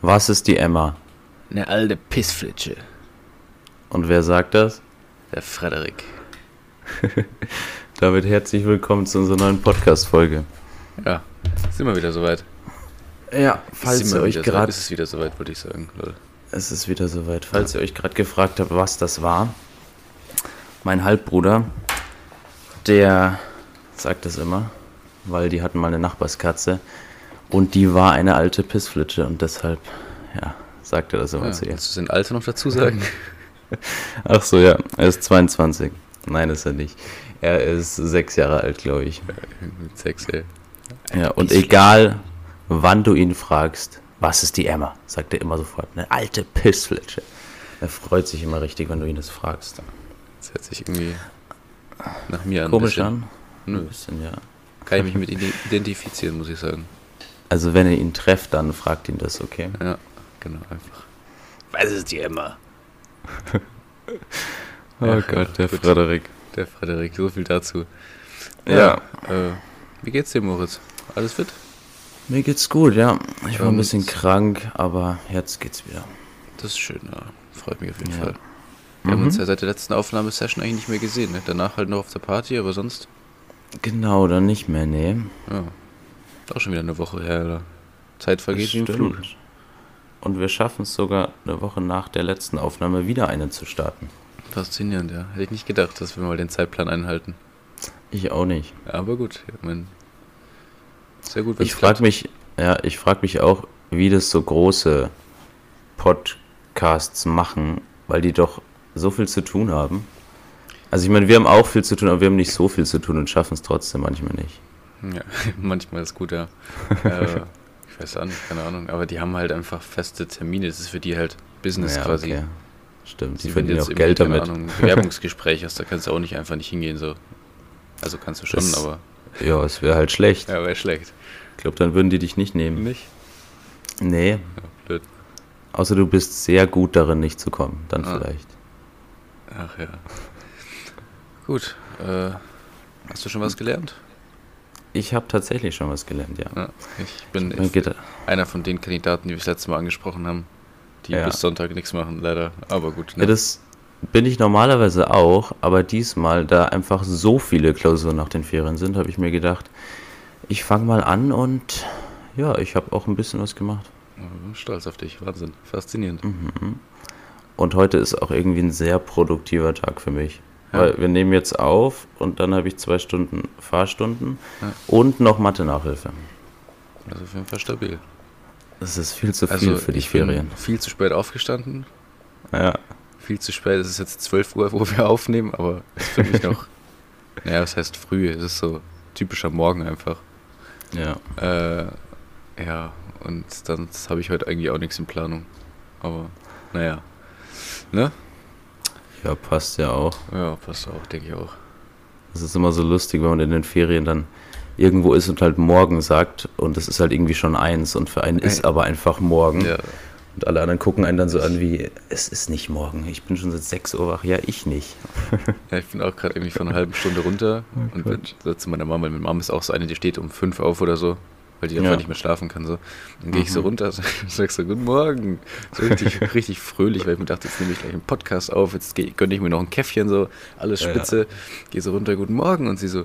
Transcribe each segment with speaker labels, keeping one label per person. Speaker 1: Was ist die Emma?
Speaker 2: Eine alte Pissflitsche.
Speaker 1: Und wer sagt das?
Speaker 2: Der Frederik.
Speaker 1: Damit herzlich willkommen zu unserer neuen Podcast-Folge.
Speaker 2: Ja, sind wir wieder soweit.
Speaker 1: Ja, falls
Speaker 2: sind
Speaker 1: ihr
Speaker 2: wir
Speaker 1: euch
Speaker 2: wieder soweit.
Speaker 1: gerade.
Speaker 2: Ist es wieder soweit, würde ich sagen. Lol.
Speaker 1: Es ist wieder soweit. Falls ihr euch gerade gefragt habt, was das war, mein Halbbruder, der sagt das immer, weil die hatten mal eine Nachbarskatze und die war eine alte Pissflitsche und deshalb, ja, sagt er das immer
Speaker 2: Ja,
Speaker 1: zu ihr.
Speaker 2: willst du sein Alter noch dazu sagen?
Speaker 1: Ach so, ja, er ist 22. Nein, ist er nicht. Er ist sechs Jahre alt, glaube ich.
Speaker 2: Mit Sex, ey.
Speaker 1: Ja, und egal, wann du ihn fragst, was ist die Emma, sagt er immer sofort, eine alte Pissflitsche. Er freut sich immer richtig, wenn du ihn das fragst.
Speaker 2: Das hört sich irgendwie nach mir an.
Speaker 1: Komisch
Speaker 2: Bisschen.
Speaker 1: an?
Speaker 2: Nö.
Speaker 1: Ein bisschen, ja.
Speaker 2: Kann ich mich mit ihnen identifizieren, muss ich sagen.
Speaker 1: Also wenn ihr ihn trefft, dann fragt ihn das, okay?
Speaker 2: Ja, genau, einfach. Was ist die Emma?
Speaker 1: Oh
Speaker 2: Ja, gut.
Speaker 1: Frederik.
Speaker 2: Der Oh Frederik, so viel dazu.
Speaker 1: Ja.
Speaker 2: Äh, wie geht's dir, Moritz? Alles fit?
Speaker 1: Mir geht's gut, ja. Ich war ein
Speaker 2: Ähm,
Speaker 1: bisschen krank, aber jetzt geht's wieder.
Speaker 2: Das ist schön, ja. Freut mich auf jeden
Speaker 1: Ja.
Speaker 2: Fall. Mhm. Wir haben uns ja seit der letzten Aufnahmesession eigentlich nicht mehr gesehen. Ne? Danach halt noch auf der Party, aber sonst
Speaker 1: Genau, dann nicht mehr, nee.
Speaker 2: ja, auch schon wieder eine Woche her. Oder? Zeit vergeht wie im Flug.
Speaker 1: Stimmt. Und wir schaffen es sogar eine Woche nach der letzten Aufnahme wieder eine zu starten.
Speaker 2: Faszinierend, ja. Hätte ich nicht gedacht, dass wir mal den Zeitplan einhalten.
Speaker 1: Ich auch nicht.
Speaker 2: Aber gut, ich mein, sehr gut, wenn's
Speaker 1: Ich frage mich, ja, ich frage mich auch, wie das so große Podcasts machen, weil die doch so viel zu tun haben. Also ich meine, wir haben auch viel zu tun, aber wir haben nicht so viel zu tun und schaffen es trotzdem manchmal nicht.
Speaker 2: Ja, manchmal ist gut, ja. äh, ich weiß auch nicht, keine Ahnung. Aber die haben halt einfach feste Termine. Das ist für die halt Business
Speaker 1: Ja,
Speaker 2: quasi.
Speaker 1: okay. Stimmt, die
Speaker 2: Wenn
Speaker 1: verdienen auch
Speaker 2: irgendwie,
Speaker 1: Geld
Speaker 2: keine
Speaker 1: damit.
Speaker 2: Ahnung, ein Bewerbungsgespräch hast, da kannst du auch nicht einfach nicht hingehen. so. Also kannst du schon,
Speaker 1: Das-
Speaker 2: aber
Speaker 1: Ja, es wäre halt schlecht.
Speaker 2: ja, wäre schlecht.
Speaker 1: Ich glaube, dann würden die dich nicht nehmen.
Speaker 2: Nicht?
Speaker 1: Nee,
Speaker 2: Ja, blöd.
Speaker 1: außer du bist sehr gut darin, nicht zu kommen. Dann
Speaker 2: Ah.
Speaker 1: vielleicht.
Speaker 2: Ach ja. Gut. Äh, hast du schon was gelernt?
Speaker 1: Ich habe tatsächlich schon was gelernt, ja.
Speaker 2: Ja, ich bin
Speaker 1: Man geht-
Speaker 2: einer von den Kandidaten, die wir das letzte Mal angesprochen haben, die
Speaker 1: Ja.
Speaker 2: bis Sonntag nichts machen, leider. Aber gut.
Speaker 1: Ja,
Speaker 2: Ne?
Speaker 1: das bin ich normalerweise auch, aber diesmal, da einfach so viele Klausuren nach den Ferien sind, habe ich mir gedacht, ich fange mal an und ja, ich habe auch ein bisschen was gemacht.
Speaker 2: Mhm, Stolz auf dich. Wahnsinn. Faszinierend.
Speaker 1: Mhm. Und heute ist auch irgendwie ein sehr produktiver Tag für mich.
Speaker 2: Ja.
Speaker 1: Weil wir nehmen jetzt auf und dann habe ich zwei Stunden Fahrstunden und noch Mathe-Nachhilfe.
Speaker 2: Das ist auf jeden Fall stabil.
Speaker 1: Das ist viel zu viel
Speaker 2: Also
Speaker 1: für die
Speaker 2: ich bin
Speaker 1: Ferien.
Speaker 2: viel zu spät aufgestanden.
Speaker 1: Ja.
Speaker 2: Viel zu spät. Es ist jetzt 12 Uhr, wo wir aufnehmen, aber es ist für mich noch. naja, was heißt früh? Es ist so typischer Morgen einfach.
Speaker 1: ja.
Speaker 2: Äh, ja, und dann habe ich heute eigentlich auch nichts in Planung. Aber naja. Ne?
Speaker 1: Ja, passt ja auch.
Speaker 2: Ja, passt auch, denke ich auch.
Speaker 1: Es ist immer so lustig, wenn man in den Ferien dann irgendwo ist und halt morgen sagt und es ist halt irgendwie schon eins und für einen ist
Speaker 2: Ey.
Speaker 1: aber einfach morgen
Speaker 2: Ja,
Speaker 1: und alle anderen gucken einen dann so an wie, es ist nicht morgen, ich bin schon seit 6 Uhr wach, ja ich nicht.
Speaker 2: ja ich bin auch gerade irgendwie von einer halben Stunde runter
Speaker 1: Oh
Speaker 2: und bin so zu meiner Mama. Meine Mama ist auch so eine, die steht um fünf auf oder so, weil die einfach
Speaker 1: Ja. Mhm.
Speaker 2: nicht mehr schlafen kann. So. Dann gehe ich so runter und sag so, guten Morgen. So richtig, richtig fröhlich, weil ich mir dachte, jetzt nehme ich gleich einen Podcast auf, jetzt geh- gönne ich mir noch ein Käffchen, so alles
Speaker 1: Ja.
Speaker 2: spitze. Gehe so runter, guten Morgen. Und sie so,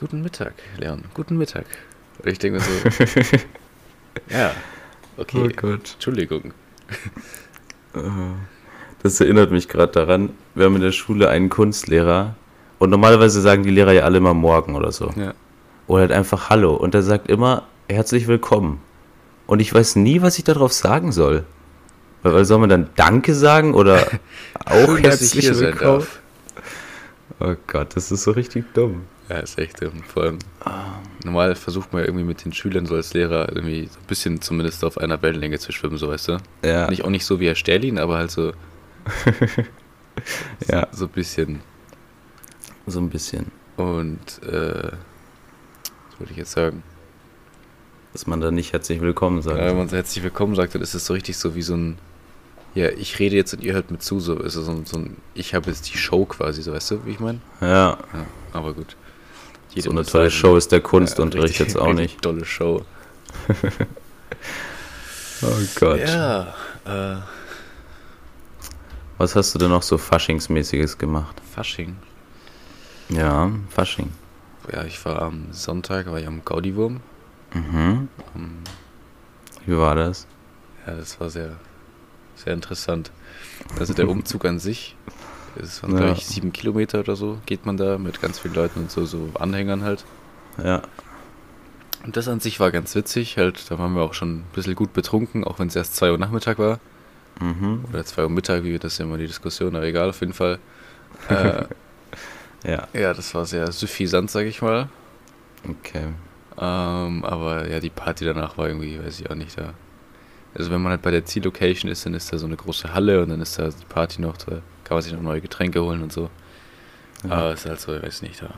Speaker 2: guten Mittag, Leon, guten Mittag. Und ich denke mir so, ja, okay,
Speaker 1: Oh Gott.
Speaker 2: Entschuldigung.
Speaker 1: Das erinnert mich gerade daran, wir haben in der Schule einen Kunstlehrer und normalerweise sagen die Lehrer ja alle immer morgen oder so.
Speaker 2: Ja.
Speaker 1: Oder halt einfach Hallo und er sagt immer herzlich willkommen. Und ich weiß nie, was ich darauf sagen soll. Weil weil soll man dann Danke sagen oder auch
Speaker 2: Schön, dass ich
Speaker 1: herzlich
Speaker 2: hier sein
Speaker 1: willkommen?
Speaker 2: darf.
Speaker 1: Oh Gott, das ist so richtig dumm.
Speaker 2: Ja, ist echt dumm. Vor allem, normal versucht man ja irgendwie mit den Schülern so als Lehrer irgendwie so ein bisschen zumindest auf einer Wellenlänge zu schwimmen, so weißt du.
Speaker 1: Ja,
Speaker 2: Nicht, auch nicht so wie Herr Sterlin, aber halt so,
Speaker 1: ja
Speaker 2: so ein bisschen.
Speaker 1: so ein bisschen.
Speaker 2: Und, äh, was wollte ich jetzt sagen?
Speaker 1: Dass man da nicht herzlich willkommen sagt.
Speaker 2: Ja, wenn man so herzlich willkommen sagt, dann ist es so richtig so wie so ein, ja, ich rede jetzt und ihr hört mit zu, so ist es so ein, so ein ich habe jetzt die Show quasi, so weißt du, wie ich meine?
Speaker 1: ja,
Speaker 2: Ja, aber gut.
Speaker 1: so
Speaker 2: Jedem
Speaker 1: eine
Speaker 2: das
Speaker 1: tolle
Speaker 2: seine.
Speaker 1: Show ist der
Speaker 2: Ja,
Speaker 1: Kunstunterricht
Speaker 2: richtig-
Speaker 1: jetzt auch
Speaker 2: richtig
Speaker 1: nicht.
Speaker 2: Tolle Show.
Speaker 1: Oh Gott.
Speaker 2: Ja, äh,
Speaker 1: Was hast du denn noch so Faschingsmäßiges gemacht?
Speaker 2: Fasching.
Speaker 1: Ja, Fasching.
Speaker 2: Ja, ich war am Sonntag, war ich am Gaudiwurm.
Speaker 1: Mhm.
Speaker 2: Am,
Speaker 1: Wie war das?
Speaker 2: ja, das war sehr, sehr interessant. Also der Umzug an sich, es waren,
Speaker 1: Ja.
Speaker 2: glaube ich, sieben Kilometer oder so, geht man da mit ganz vielen Leuten und so, so Anhängern halt.
Speaker 1: Ja.
Speaker 2: Und das an sich war ganz witzig, halt, da waren wir auch schon ein bisschen gut betrunken, auch wenn es erst 2 Uhr Nachmittag war.
Speaker 1: Mhm.
Speaker 2: Oder 2 Uhr Mittag, wie wir das ist immer die Diskussion, aber egal, auf jeden Fall. Äh,
Speaker 1: Ja,
Speaker 2: ja, das war sehr suffisant, sag ich mal.
Speaker 1: okay.
Speaker 2: Ähm, aber ja, die Party danach war irgendwie, weiß ich auch nicht, da. Also wenn man halt bei der Ziellocation ist, dann ist da so eine große Halle und dann ist da die Party noch, da kann man sich noch neue Getränke holen und so.
Speaker 1: Ja.
Speaker 2: Aber es ist halt so, ich weiß nicht, da.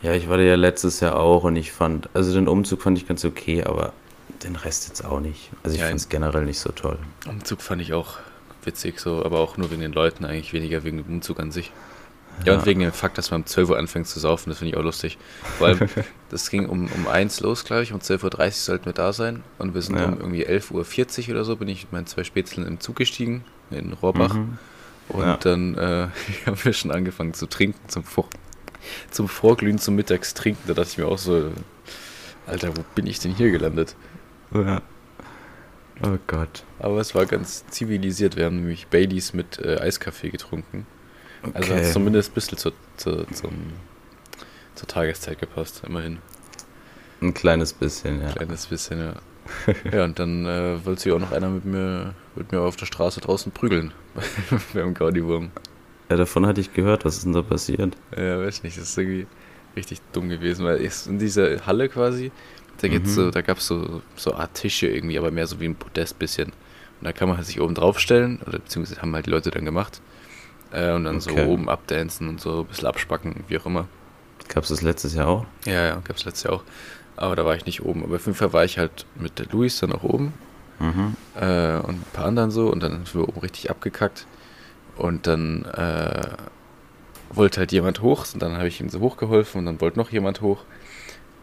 Speaker 1: Ja, ich war da ja letztes Jahr auch und ich fand, also den Umzug fand ich ganz okay, aber den Rest jetzt auch nicht. Also ich
Speaker 2: Ja,
Speaker 1: fand es generell nicht so toll.
Speaker 2: Umzug fand ich auch witzig so, aber auch nur wegen den Leuten eigentlich, weniger wegen dem Umzug an sich. Ja,
Speaker 1: Ja.
Speaker 2: und wegen dem Fakt, dass man um 12 Uhr anfängt zu saufen, das finde ich auch lustig. Vor allem, das ging um, um 1 los, glaube ich, um 12.30 Uhr sollten wir da sein und wir sind
Speaker 1: Ja.
Speaker 2: um irgendwie 11.40 Uhr oder so, bin ich mit meinen zwei Spätzeln im Zug gestiegen, in Rohrbach
Speaker 1: Mhm.
Speaker 2: und
Speaker 1: Ja.
Speaker 2: dann äh, haben wir schon angefangen zu trinken, zum, Vor zum Vorglühen, zum Mittagstrinken. Da dachte ich mir auch so, Alter, wo bin ich denn hier gelandet?
Speaker 1: Ja. Oh Gott.
Speaker 2: Aber es war ganz zivilisiert. Wir haben nämlich Baileys mit äh, Eiskaffee getrunken.
Speaker 1: Okay.
Speaker 2: Also hat es zumindest ein bisschen zur, zur, zum, zur Tageszeit gepasst, immerhin.
Speaker 1: Ein kleines bisschen, ja.
Speaker 2: Kleines bisschen, ja. ja, und dann äh, wollte sich auch noch einer mit mir, mit mir auf der Straße draußen prügeln. beim Gaudiwurm.
Speaker 1: Ja, davon hatte ich gehört, was ist denn da passiert?
Speaker 2: Ja, weiß nicht, das ist irgendwie richtig dumm gewesen, weil es in dieser Halle quasi, da geht's
Speaker 1: Mhm.
Speaker 2: so, da gab's so, so Art Tische irgendwie, aber mehr so wie ein Podest bisschen. Und da kann man halt sich oben draufstellen, oder beziehungsweise haben halt die Leute dann gemacht. Äh, und dann
Speaker 1: Okay.
Speaker 2: so oben abdancen und so ein bisschen abspacken, wie auch immer.
Speaker 1: Gab es das letztes Jahr auch?
Speaker 2: Ja, ja, gab's letztes Jahr auch. Aber da war ich nicht oben. Aber auf jeden Fall war ich halt mit der Luis dann auch oben
Speaker 1: Mhm.
Speaker 2: äh, und ein paar anderen so und dann sind wir oben richtig abgekackt und dann äh, wollte halt jemand hoch und dann habe ich ihm so hochgeholfen und dann wollte noch jemand hoch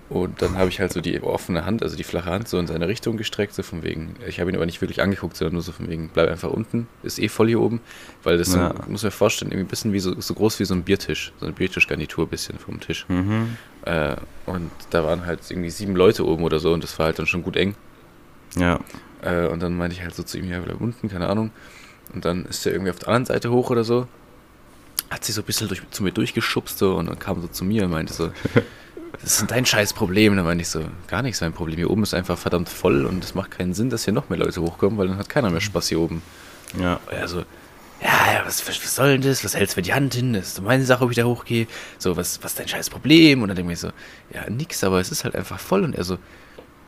Speaker 2: und dann habe ich halt so die offene Hand, also die flache Hand so in seine Richtung gestreckt, so von wegen, ich habe ihn aber nicht wirklich angeguckt, sondern nur so von wegen, bleib einfach unten, ist eh voll hier oben, weil das
Speaker 1: Ja.
Speaker 2: so, muss mir vorstellen, irgendwie ein bisschen wie so, so groß wie so ein Biertisch, so eine Biertischgarnitur ein bisschen vom Tisch.
Speaker 1: Mhm.
Speaker 2: Äh, und da waren halt irgendwie sieben Leute oben oder so und das war halt dann schon gut eng.
Speaker 1: Ja.
Speaker 2: Äh, und dann meinte ich halt so zu ihm, ja, bleib unten, keine Ahnung. Und dann ist er irgendwie auf der anderen Seite hoch oder so. Hat sich so ein bisschen durch, zu mir durchgeschubst so, und dann kam so zu mir und meinte so, das ist dein scheiß Problem. Dann meinte ich so, gar nichts mein Problem. Hier oben ist einfach verdammt voll und es macht keinen Sinn, dass hier noch mehr Leute hochkommen, weil dann hat keiner mehr Spaß hier oben.
Speaker 1: Ja.
Speaker 2: Und er so, ja, ja, was, was was soll denn das? Was hältst du mir die Hand hin? Das ist so meine Sache, ob ich da hochgehe. So, was, was ist dein scheiß Problem? Und dann denke ich so, ja, nix, aber es ist halt einfach voll. Und er so,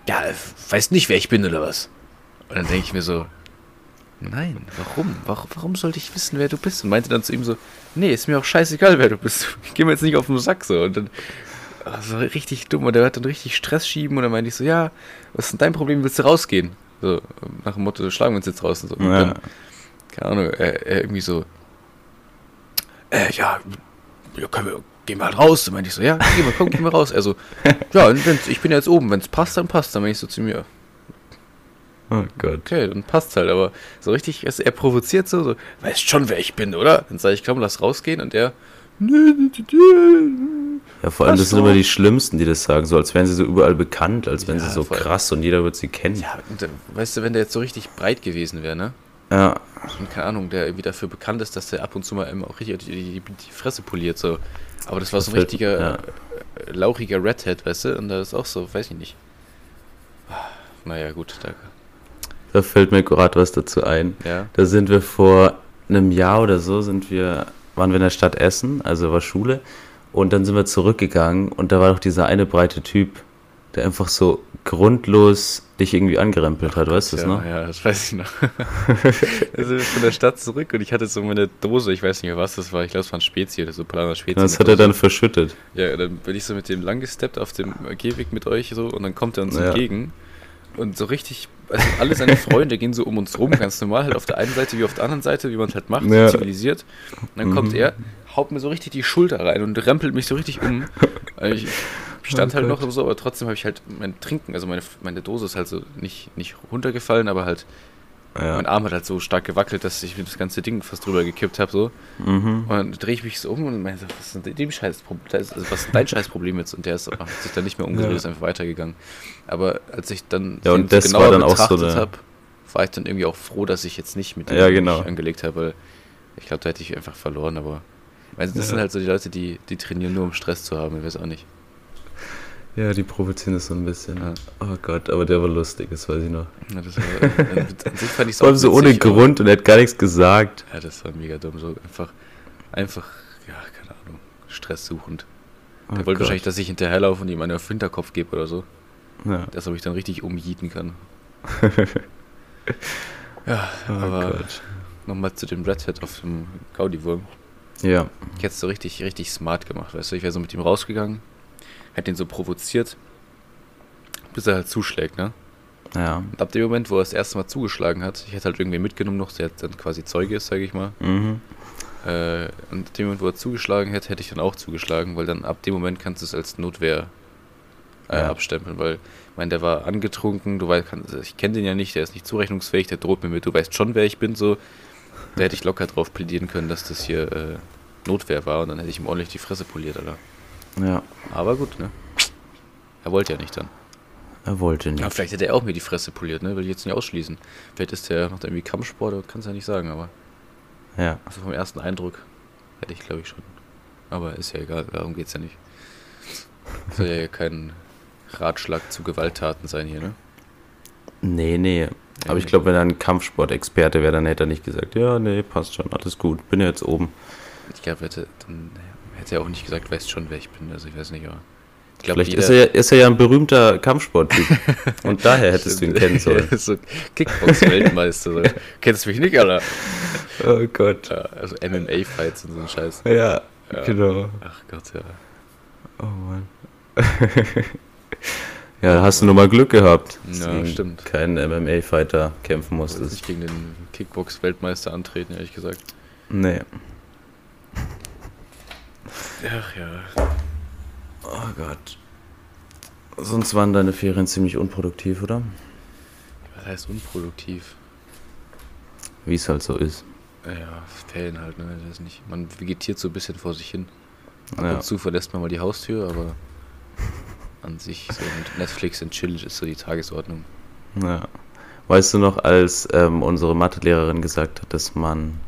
Speaker 2: ja, weiß nicht, wer ich bin oder was. Und dann denke ich mir so, nein, warum? warum? Warum sollte ich wissen, wer du bist? Und meinte dann zu ihm so, nee, ist mir auch scheißegal, wer du bist. Ich gehe mir jetzt nicht auf den Sack so. Und dann, das war richtig dumm. Und er hat dann richtig Stress schieben. Und dann meinte ich so, ja, was ist denn dein Problem? Willst du rausgehen? So, nach dem Motto, schlagen wir uns jetzt raus. Und so. Und
Speaker 1: Ja.
Speaker 2: dann, keine Ahnung, er, er irgendwie so, äh, ja, ja, können wir, gehen wir halt raus. Dann meinte ich so, ja, gehen wir, komm, gehen wir raus. Er so, ja, und wenn's, ich bin ja jetzt oben, wenn es passt, dann passt. Dann meinte ich so zu mir,
Speaker 1: Oh Gott.
Speaker 2: okay, dann passt halt, aber so richtig, also er provoziert so, so, weißt schon, wer ich bin, oder? Dann sage ich, komm, lass rausgehen und er, nö, nö, nö, nö.
Speaker 1: Ja, vor allem,
Speaker 2: Was
Speaker 1: das sind
Speaker 2: so?
Speaker 1: immer die Schlimmsten, die das sagen, so als wären sie so überall bekannt, als wären
Speaker 2: Ja,
Speaker 1: sie so
Speaker 2: voll.
Speaker 1: krass und jeder wird sie kennen.
Speaker 2: ja, und dann, weißt du, wenn der jetzt so richtig breit gewesen wäre, ne?
Speaker 1: Ja.
Speaker 2: Und keine Ahnung, der irgendwie dafür bekannt ist, dass der ab und zu mal eben auch richtig die, die, die Fresse poliert, so. Aber das war so ein
Speaker 1: Fällt-
Speaker 2: richtiger,
Speaker 1: ja.
Speaker 2: äh, lauchiger Redhead, weißt du? Und da ist auch so, weiß ich nicht. Ah, Naja, gut, danke.
Speaker 1: Da fällt mir gerade was dazu ein.
Speaker 2: Ja.
Speaker 1: Da sind wir vor einem Jahr oder so, sind wir, waren wir in der Stadt Essen, also war Schule. Und dann sind wir zurückgegangen und da war doch dieser eine breite Typ, der einfach so grundlos dich irgendwie angerempelt hat, weißt du das
Speaker 2: ja,
Speaker 1: noch?
Speaker 2: Ja, das weiß ich noch. also von der Stadt zurück und ich hatte so meine Dose, ich weiß nicht mehr was das war, ich glaube es war ein Spezi oder so, Planer Spezi.
Speaker 1: Genau, das hat er dann verschüttet.
Speaker 2: Ja, dann bin ich so mit dem lang gesteppt auf dem Gehweg mit euch so und dann kommt er uns
Speaker 1: Ja.
Speaker 2: entgegen und so richtig, also alle seine Freunde gehen so um uns rum, ganz normal, halt auf der einen Seite wie auf der anderen Seite, wie man es halt macht,
Speaker 1: Ja. Mhm.
Speaker 2: zivilisiert. Und dann kommt er, haut mir so richtig die Schulter rein und rempelt mich so richtig um. Also ich, ich Ich stand
Speaker 1: Oh
Speaker 2: halt
Speaker 1: Gott.
Speaker 2: noch so, aber trotzdem habe ich halt mein Trinken, also meine, meine Dose ist halt so nicht, nicht runtergefallen, aber halt,
Speaker 1: Ja.
Speaker 2: mein Arm hat halt so stark gewackelt, dass ich mir das ganze Ding fast drüber gekippt habe. So.
Speaker 1: Mhm.
Speaker 2: Und dann drehe ich mich so um und meine so, was ist denn mit dem Scheißproblem? Also, was ist dein Scheißproblem jetzt? Und der ist, hat sich dann nicht mehr umgedreht,
Speaker 1: Ja.
Speaker 2: ist einfach weitergegangen. Aber als ich dann
Speaker 1: Ja, und
Speaker 2: den
Speaker 1: das
Speaker 2: genauer
Speaker 1: war dann auch so
Speaker 2: betrachtet
Speaker 1: eine-
Speaker 2: hab, war ich dann irgendwie auch froh, dass ich jetzt nicht mit dem
Speaker 1: Ja,
Speaker 2: mich
Speaker 1: genau.
Speaker 2: angelegt habe, weil ich glaube, da hätte ich einfach verloren, aber also das
Speaker 1: Ja.
Speaker 2: sind halt so die Leute, die, die trainieren nur, um Stress zu haben, ich weiß auch nicht.
Speaker 1: ja, die provozieren das so ein bisschen.
Speaker 2: Ja.
Speaker 1: Oh Gott, aber der war lustig, das weiß ich noch.
Speaker 2: Ja, das war, an Also, äh, an sich fand ich
Speaker 1: Vor allem so ohne Grund und er hat gar nichts gesagt.
Speaker 2: Ja, das war mega dumm. So einfach, einfach, ja, keine Ahnung, stresssuchend.
Speaker 1: Oh
Speaker 2: der
Speaker 1: Gott.
Speaker 2: wollte wahrscheinlich, dass ich hinterherlaufe und ihm einen auf den Hinterkopf gebe oder so.
Speaker 1: Ja.
Speaker 2: Dass er mich dann richtig umjieten kann.
Speaker 1: Oh
Speaker 2: Aber-
Speaker 1: Gott.
Speaker 2: Nochmal zu dem Red Hat auf dem Gaudi-Wurm.
Speaker 1: Ja.
Speaker 2: Ich hätte es so richtig, richtig smart gemacht, weißt du. Ich wäre so mit ihm rausgegangen, hätte ihn so provoziert, bis er halt zuschlägt, ne?
Speaker 1: Ja.
Speaker 2: Und ab dem Moment, wo er das erste Mal zugeschlagen hat, ich hätte halt irgendwen mitgenommen noch, der dann quasi Zeuge ist, sage ich mal.
Speaker 1: Mhm.
Speaker 2: Äh, und ab dem Moment, wo er zugeschlagen hätte, hätte ich dann auch zugeschlagen, weil dann ab dem Moment kannst du es als Notwehr äh,
Speaker 1: Ja.
Speaker 2: abstempeln, weil, ich meine, der war angetrunken, du weißt, kann, ich kenne den ja nicht, der ist nicht zurechnungsfähig, der droht mir mit, du weißt schon, wer ich bin, so. Da hätte ich locker drauf plädieren können, dass das hier äh, Notwehr war und dann hätte ich ihm ordentlich die Fresse poliert, Alter.
Speaker 1: Ja.
Speaker 2: Aber gut, ne? Er wollte ja nicht dann.
Speaker 1: Er wollte nicht.
Speaker 2: Aber vielleicht hätte er auch mir die Fresse poliert, ne? Will ich jetzt nicht ausschließen. Vielleicht ist der, macht er irgendwie Kampfsport, kann es ja nicht sagen, aber.
Speaker 1: Ja.
Speaker 2: Also vom ersten Eindruck hätte ich, glaube ich, schon. Aber ist ja egal, darum geht's ja nicht. Soll ja hier kein Ratschlag zu Gewalttaten sein hier, ne?
Speaker 1: Nee, nee. Aber ich
Speaker 2: nee.
Speaker 1: glaube, wenn er ein Kampfsportexperte wäre, dann hätte er nicht gesagt, ja, nee, passt schon, alles gut, bin ja jetzt oben.
Speaker 2: Ich glaube, hätte, dann hätte er auch nicht gesagt, weißt schon, wer ich bin. Also ich weiß nicht, aber. Ich glaub,
Speaker 1: Vielleicht
Speaker 2: jeder-
Speaker 1: ist er, ja, ist er ja ein berühmter Kampfsporttyp. Und daher hättest du ihn kennen sollen.
Speaker 2: so Kickbox-Weltmeister. So. Kennst mich nicht, Alter?
Speaker 1: Oh Gott.
Speaker 2: Ja, also MMA-Fights und so ein Scheiß.
Speaker 1: Ja,
Speaker 2: Ja.
Speaker 1: genau.
Speaker 2: Ach Gott, ja.
Speaker 1: Oh Mann. ja, da hast du nur mal Glück gehabt. dass
Speaker 2: Ja,
Speaker 1: du gegen
Speaker 2: stimmt.
Speaker 1: Keinen MMA-Fighter kämpfen
Speaker 2: Ich will
Speaker 1: musstest.
Speaker 2: nicht gegen den Kickbox-Weltmeister antreten, ehrlich gesagt.
Speaker 1: Nee.
Speaker 2: Ach ja.
Speaker 1: Oh Gott. Sonst waren deine Ferien ziemlich unproduktiv, oder?
Speaker 2: Was heißt unproduktiv?
Speaker 1: Wie es halt so ist.
Speaker 2: Ja, Ferien halt, ne? Ich weiß nicht. Man vegetiert so ein bisschen vor sich hin. Ab
Speaker 1: Ja.
Speaker 2: und zu verlässt man mal die Haustür, aber an sich so mit Netflix und Chill ist so die Tagesordnung.
Speaker 1: Ja. Weißt du noch, als ähm, unsere Mathelehrerin gesagt hat, dass man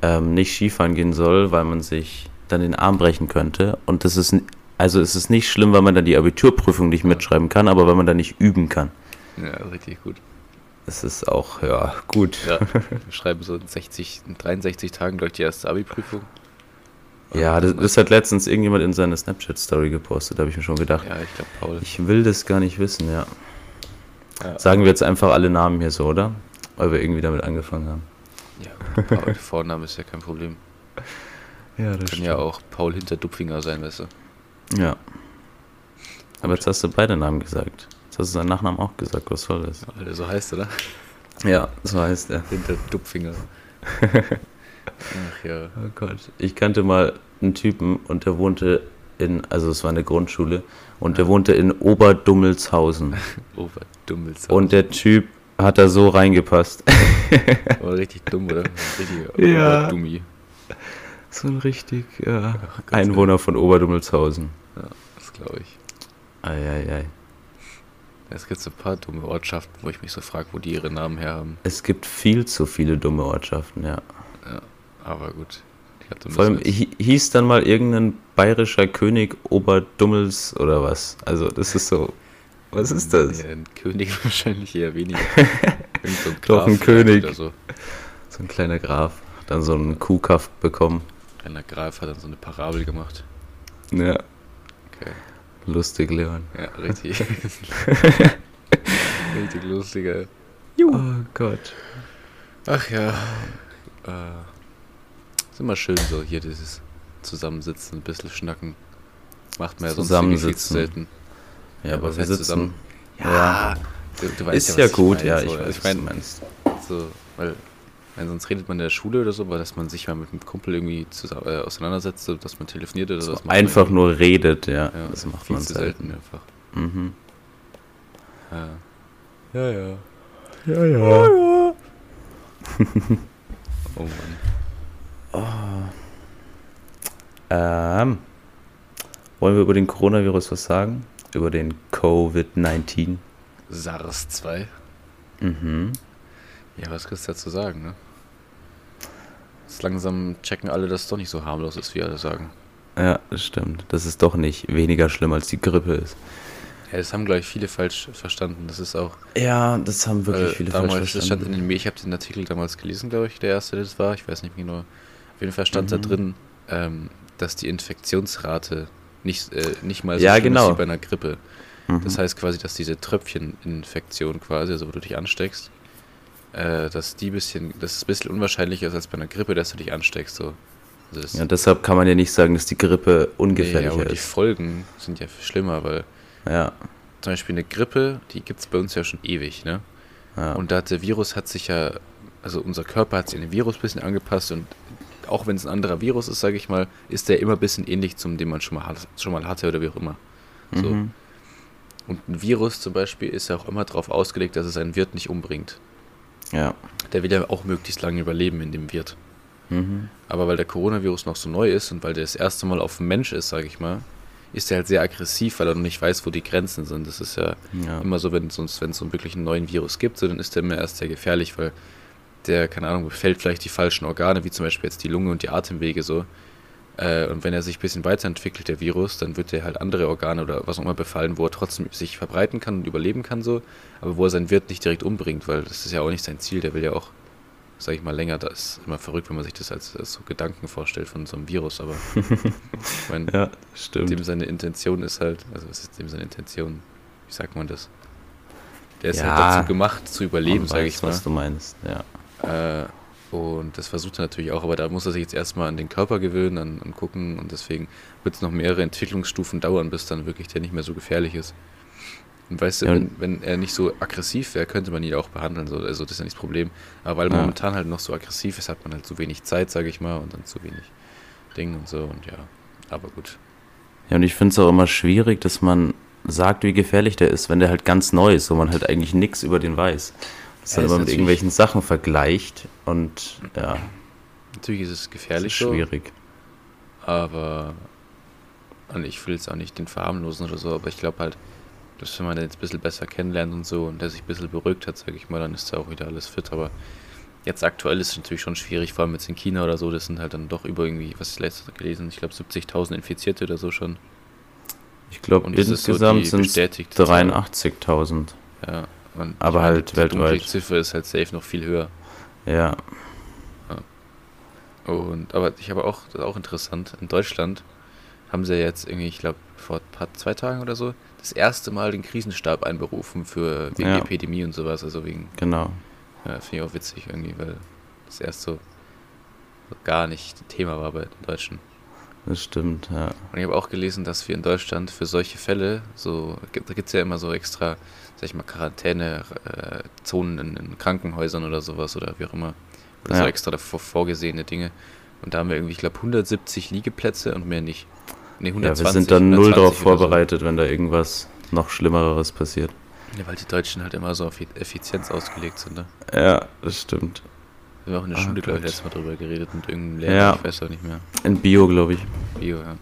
Speaker 1: ähm, nicht Skifahren gehen soll, weil man sich dann den Arm brechen könnte? Und das ist, n- also es ist nicht schlimm, weil man dann die Abiturprüfung nicht mitschreiben kann, aber weil man dann nicht üben kann.
Speaker 2: Ja, richtig gut.
Speaker 1: Das ist auch, ja, gut.
Speaker 2: Ja, wir schreiben so in 60, in 63 Tagen, glaube ich, die erste Abi-Prüfung.
Speaker 1: Ja, das, das hat letztens irgendjemand in seine Snapchat-Story gepostet, habe ich mir schon gedacht.
Speaker 2: Ja, ich glaube, Paul.
Speaker 1: Ich will das gar nicht wissen, ja.
Speaker 2: Ja,
Speaker 1: Sagen wir jetzt einfach alle Namen hier so, oder? Weil wir irgendwie damit angefangen haben.
Speaker 2: ja Paul, der Vorname ist ja kein Problem.
Speaker 1: Ja, das
Speaker 2: Kann ja auch Paul hinter Dupfinger sein, weißt du.
Speaker 1: Ja. Aber jetzt hast du beide Namen gesagt. Jetzt hast du seinen Nachnamen auch gesagt, was soll das?
Speaker 2: Weil der so heißt, oder?
Speaker 1: Ja, so heißt er.
Speaker 2: Hinter Dupfinger. Ach ja.
Speaker 1: Oh Gott. Ich kannte mal einen Typen und der wohnte in, also es war eine Grundschule, und der wohnte in Oberdummelshausen.
Speaker 2: Oberdummels.
Speaker 1: Und der Typ hat da so reingepasst.
Speaker 2: Aber richtig dumm, oder? Richtig
Speaker 1: Ja.
Speaker 2: Dummi.
Speaker 1: So ein richtig äh, ja, Einwohner von Oberdummelshausen.
Speaker 2: Das glaube ich.
Speaker 1: Eieiei.
Speaker 2: Es gibt so ein paar dumme Ortschaften, wo ich mich so frage, wo die ihre Namen her haben.
Speaker 1: Es gibt viel zu viele dumme Ortschaften, ja.
Speaker 2: Aber gut. Ich glaub, da
Speaker 1: Vor allem
Speaker 2: müssen wir
Speaker 1: hi- hieß dann mal irgendein bayerischer König Oberdummels oder was. Also das ist so. Was ist
Speaker 2: jetzt-
Speaker 1: das?
Speaker 2: Nee, ein König wahrscheinlich eher weniger. Irgend so ein
Speaker 1: Doch, ein
Speaker 2: vielleicht
Speaker 1: König.
Speaker 2: Oder so.
Speaker 1: So ein kleiner Graf. Hat Dann so einen Kuhkaff bekommen.
Speaker 2: Einer Graf hat dann so eine Parabel gemacht.
Speaker 1: Ja.
Speaker 2: Okay.
Speaker 1: Lustig, Leon.
Speaker 2: Ja, richtig. richtig lustiger.
Speaker 1: Oh Gott.
Speaker 2: Ach ja. Äh, ist immer schön so hier dieses Zusammensitzen, ein bisschen schnacken. Macht man ja sonst irgendwie viel zu
Speaker 1: Zusammensitzen.
Speaker 2: selten.
Speaker 1: Ja,
Speaker 2: Ja,
Speaker 1: aber
Speaker 2: was
Speaker 1: wir
Speaker 2: heißt
Speaker 1: sitzen.
Speaker 2: zusammen?
Speaker 1: Ja.
Speaker 2: Du, du
Speaker 1: Ist ja
Speaker 2: was ich
Speaker 1: gut,
Speaker 2: mein,
Speaker 1: ja,
Speaker 2: so,
Speaker 1: ich
Speaker 2: also
Speaker 1: weiß, was du meinst.
Speaker 2: So, weil Weil sonst redet man in der Schule oder so, aber dass man sich mal mit einem Kumpel irgendwie zusammen, äh, auseinandersetzt, so dass man telefoniert oder so. Das macht
Speaker 1: Einfach
Speaker 2: man
Speaker 1: nur redet, ja.
Speaker 2: irgendwie- ja, äh,
Speaker 1: das macht halt.
Speaker 2: viel
Speaker 1: man
Speaker 2: zu
Speaker 1: selten.
Speaker 2: selten einfach.
Speaker 1: Mhm.
Speaker 2: Ja. Ja, ja.
Speaker 1: Ja, ja.
Speaker 2: Oh Mann.
Speaker 1: Ähm, wollen wir über den Coronavirus was sagen? Über den Covid-19?
Speaker 2: SARS 2.
Speaker 1: Mhm.
Speaker 2: Ja, was kriegst du dazu sagen, ne? Jetzt langsam checken alle, dass es doch nicht so harmlos ist, wie alle sagen.
Speaker 1: Ja, das stimmt. Das ist doch nicht weniger schlimm, als die Grippe ist.
Speaker 2: Ja, das haben, glaube ich, viele falsch verstanden. Das ist auch
Speaker 1: Ja, das haben wirklich
Speaker 2: äh,
Speaker 1: viele
Speaker 2: damals,
Speaker 1: falsch
Speaker 2: das stand in
Speaker 1: verstanden.
Speaker 2: den, ich habe den Artikel damals gelesen, glaube ich, der erste, der das war, ich weiß nicht mehr genau. Auf jeden Fall stand da
Speaker 1: Mhm.
Speaker 2: drin, ähm, dass die Infektionsrate nicht, äh, nicht mal so
Speaker 1: Ja,
Speaker 2: schlimm ist
Speaker 1: genau.
Speaker 2: wie bei einer Grippe.
Speaker 1: Mhm.
Speaker 2: Das heißt quasi, dass diese Tröpfcheninfektion quasi, also wo du dich ansteckst, äh, dass die bisschen, dass es ein bisschen unwahrscheinlicher ist als bei einer Grippe, dass du dich ansteckst. So. Also das
Speaker 1: ja, deshalb kann man ja nicht sagen, dass die Grippe
Speaker 2: nee,
Speaker 1: ungefährlicher
Speaker 2: aber die
Speaker 1: ist.
Speaker 2: Folgen sind ja schlimmer, weil
Speaker 1: Ja,
Speaker 2: zum Beispiel eine Grippe, die gibt es bei uns ja schon ewig, ne?
Speaker 1: ja.
Speaker 2: Und da hat der Virus hat sich ja, also unser Körper hat sich an den Virus ein bisschen angepasst und auch wenn es ein anderer Virus ist, sage ich mal, ist der immer ein bisschen ähnlich zum, den man schon mal, hat, schon mal hatte oder wie auch immer. So.
Speaker 1: Mhm.
Speaker 2: Und ein Virus zum Beispiel ist ja auch immer darauf ausgelegt, dass es einen Wirt nicht umbringt.
Speaker 1: Ja.
Speaker 2: Der will ja auch möglichst lange überleben in dem Wirt.
Speaker 1: Mhm.
Speaker 2: Aber weil der Coronavirus noch so neu ist und weil der das erste Mal auf dem Mensch ist, sage ich mal, ist er halt sehr aggressiv, weil er noch nicht weiß, wo die Grenzen sind. Das ist ja
Speaker 1: Ja.
Speaker 2: immer so, wenn es uns, wenn es so einen wirklichen neuen Virus gibt, so, dann ist der immer erst sehr gefährlich, weil der, keine Ahnung, befällt vielleicht die falschen Organe, wie zum Beispiel jetzt die Lunge und die Atemwege so. Äh, und wenn er sich ein bisschen weiterentwickelt, der Virus, dann wird er halt andere Organe oder was auch immer befallen, wo er trotzdem sich verbreiten kann und überleben kann so, aber wo er seinen Wirt nicht direkt umbringt, weil das ist ja auch nicht sein Ziel, der will ja auch, sag ich mal, länger, das ist immer verrückt, wenn man sich das als, als so Gedanken vorstellt von so einem Virus, aber ich meine,
Speaker 1: ja, stimmt.
Speaker 2: dem seine Intention ist halt, also was ist dem seine Intention? Wie sagt man das? Der ist
Speaker 1: Ja.
Speaker 2: halt dazu gemacht, zu überleben,
Speaker 1: Man
Speaker 2: sage
Speaker 1: weiß,
Speaker 2: ich mal.
Speaker 1: was du meinst. Ja.
Speaker 2: Äh, und das versucht er natürlich auch, aber da muss er sich jetzt erstmal an den Körper gewöhnen, an, an gucken und deswegen wird es noch mehrere Entwicklungsstufen dauern, bis dann wirklich der nicht mehr so gefährlich ist. Und weißt du,
Speaker 1: Ja,
Speaker 2: wenn, wenn er nicht so aggressiv wäre, könnte man ihn ja auch behandeln, so, also das ist ja nicht das Problem. Aber weil er
Speaker 1: Ja.
Speaker 2: momentan halt noch so aggressiv ist, hat man halt zu wenig Zeit, sage ich mal, und dann zu wenig Dinge und so und ja. Aber gut.
Speaker 1: Ja, und ich finde es auch immer schwierig, dass man sagt, wie gefährlich der ist, wenn der halt ganz neu ist, wo man halt eigentlich nichts über den weiß. Das dann
Speaker 2: Ja, ist
Speaker 1: immer mit
Speaker 2: natürlich-
Speaker 1: irgendwelchen Sachen vergleicht und ja,
Speaker 2: Natürlich ist es
Speaker 1: das
Speaker 2: gefährlich.
Speaker 1: ist
Speaker 2: so.
Speaker 1: schwierig.
Speaker 2: Aber und ich will jetzt auch nicht den verharmlosen oder so, aber ich glaube halt, dass wenn man den jetzt ein bisschen besser kennenlernt und so und der sich ein bisschen beruhigt hat, sage ich mal, dann ist da auch wieder alles fit. Aber jetzt aktuell ist es natürlich schon schwierig, vor allem jetzt in China oder so, das sind halt dann doch über irgendwie, was ich letztes gelesen, ich glaube 70.000 Infizierte oder so schon.
Speaker 1: Ich glaube,
Speaker 2: Und das ist so
Speaker 1: insgesamt
Speaker 2: die
Speaker 1: sind es
Speaker 2: bestätigte Zahl.
Speaker 1: 83.000.
Speaker 2: Ja, und
Speaker 1: Aber
Speaker 2: ich meine,
Speaker 1: halt
Speaker 2: die dunkle
Speaker 1: weltweit.
Speaker 2: Ziffer ist halt safe noch viel höher.
Speaker 1: Ja,
Speaker 2: Und, aber ich habe auch, das ist auch interessant, in Deutschland haben sie ja jetzt irgendwie, ich glaube, vor ein paar, zwei Tagen oder so, das erste Mal den Krisenstab einberufen für wegen
Speaker 1: Ja.
Speaker 2: Epidemie und sowas. Also wegen,
Speaker 1: genau.
Speaker 2: ja, finde ich auch witzig irgendwie, weil das erst so, so gar nicht Thema war bei den Deutschen.
Speaker 1: Das stimmt, ja.
Speaker 2: Und ich habe auch gelesen, dass wir in Deutschland für solche Fälle, so, gibt- da gibt es ja immer so extra, sag ich mal, Quarantäne-Zonen in, in Krankenhäusern oder sowas oder wie auch immer. Oder so
Speaker 1: Ja.
Speaker 2: extra davor vorgesehene Dinge. Und da haben wir irgendwie, ich glaube, 170 Liegeplätze und mehr nicht. Nee,
Speaker 1: Ja,
Speaker 2: 120.
Speaker 1: wir sind dann null darauf
Speaker 2: 120 oder so.
Speaker 1: vorbereitet, wenn da irgendwas noch Schlimmeres passiert.
Speaker 2: Ja, weil die Deutschen halt immer so auf Effizienz ausgelegt sind. Ne?
Speaker 1: Ja, das stimmt.
Speaker 2: Da haben wir auch in der
Speaker 1: Ah,
Speaker 2: Schule, glaube ich,
Speaker 1: Gott.
Speaker 2: letztes Mal drüber geredet und irgendein Lehrer,
Speaker 1: Ja.
Speaker 2: ich weiß auch nicht mehr.
Speaker 1: In Bio, glaube ich.
Speaker 2: Bio, ja.